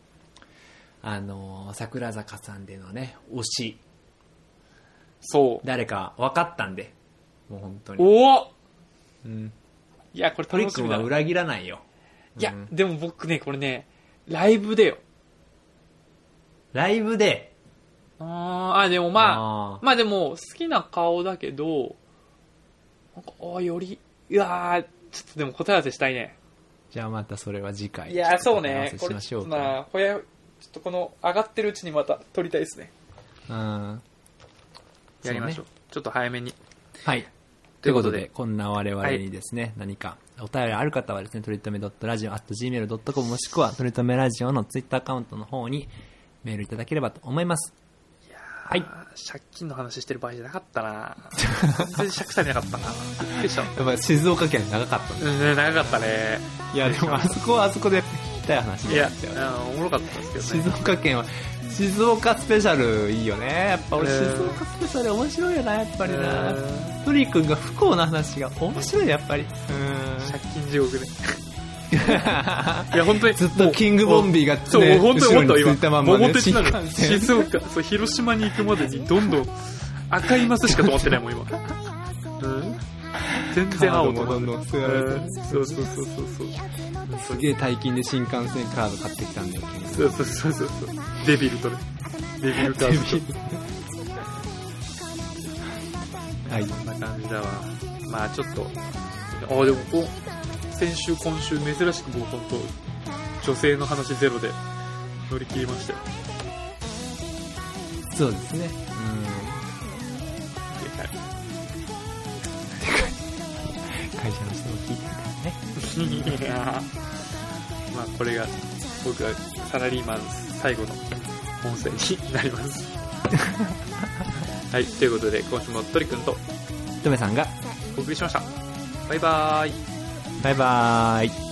Speaker 2: あのー桜坂さんでのね推し
Speaker 1: そう。
Speaker 2: 誰か分かったんでもう本当に、
Speaker 1: おお
Speaker 2: うん、
Speaker 1: いや、これ
Speaker 2: トリ
Speaker 1: 楽し
Speaker 2: くん
Speaker 1: みだ
Speaker 2: は
Speaker 1: な。い
Speaker 2: 裏切らないよ
Speaker 1: や
Speaker 2: うん、
Speaker 1: でも僕ね、これね、ライブでよ。
Speaker 2: ライブで
Speaker 1: あーあ、でもまあ、
Speaker 2: あー
Speaker 1: まあでも、好きな顔だけど、なんか、あーより、いやーちょっとでも答え合わせしたいね。
Speaker 2: じゃあまたそれは次回
Speaker 1: いやーそうね。
Speaker 2: ちょ
Speaker 1: こ
Speaker 2: っとお話しし
Speaker 1: れ
Speaker 2: ましょう
Speaker 1: ま
Speaker 2: か
Speaker 1: あ、ほや、ちょっとこの、上がってるうちにまた撮りたいですね。
Speaker 2: うん
Speaker 1: やりましょう。ちょっと早めに。
Speaker 2: はい
Speaker 1: と
Speaker 2: と
Speaker 1: い
Speaker 2: いうう
Speaker 1: こ
Speaker 2: ことと
Speaker 1: で
Speaker 2: で、こんな我々にですね、何かお便りある方はですね、とりとめ .radio.gmail.com もしくは、とりとめラジオのツイッターアカウントの方にメールいただければと思います。。
Speaker 1: はい借金の話してる場合じゃなかった な全然借されなかったなびっくりした。
Speaker 2: やっぱ静岡県長かったね
Speaker 1: うんね、長かったね。
Speaker 2: いや、でもあそこはあそこで聞きたい話
Speaker 1: いや、
Speaker 2: ですよね。
Speaker 1: あのおもろかったですけど
Speaker 2: 静
Speaker 1: ね。
Speaker 2: 岡県は、静岡スペシャルいいよね。やっぱ俺
Speaker 1: うん
Speaker 2: 静岡スペシャル面白いよな、やっぱりな。
Speaker 1: うん
Speaker 2: トリ君が不幸な話が面白いやっぱり。うん。
Speaker 1: 借金地獄ね。いや、本当に。
Speaker 2: ずっとキングボンビーがね、
Speaker 1: そう、本当に
Speaker 2: 後ろ
Speaker 1: 思った
Speaker 2: につ
Speaker 1: 今。
Speaker 2: いたまんま
Speaker 1: もう
Speaker 2: ね、
Speaker 1: 本当に
Speaker 2: 新
Speaker 1: なん
Speaker 2: 幹
Speaker 1: か
Speaker 2: 線
Speaker 1: 静岡、そう、広島に行くまでにどんどん赤いマスしかと思ってないもん、今。うん全然青と
Speaker 2: カードもどんどん捨てられて
Speaker 1: うんそうそうそうそうそう。
Speaker 2: すげえ大金で新幹線カード買ってきたんだよ、君
Speaker 1: そうそうそうそうそう。デビルとね。デビルカードと。
Speaker 2: はい。
Speaker 1: こんな感じだわ。まあちょっと、あ、でもこう、先週、今週、珍しくもう本当、女性の話ゼロで乗り切りましたよ。
Speaker 2: そうですね。
Speaker 1: はい
Speaker 2: うん。会社の人も聞いてるか
Speaker 1: い
Speaker 2: らね。
Speaker 1: やーまあこれが僕がサラリーマン最後の音声になります はいということで今週もトリくんと
Speaker 2: とめさんが、
Speaker 1: お送りしましたバイバーイ
Speaker 2: バイバーイ。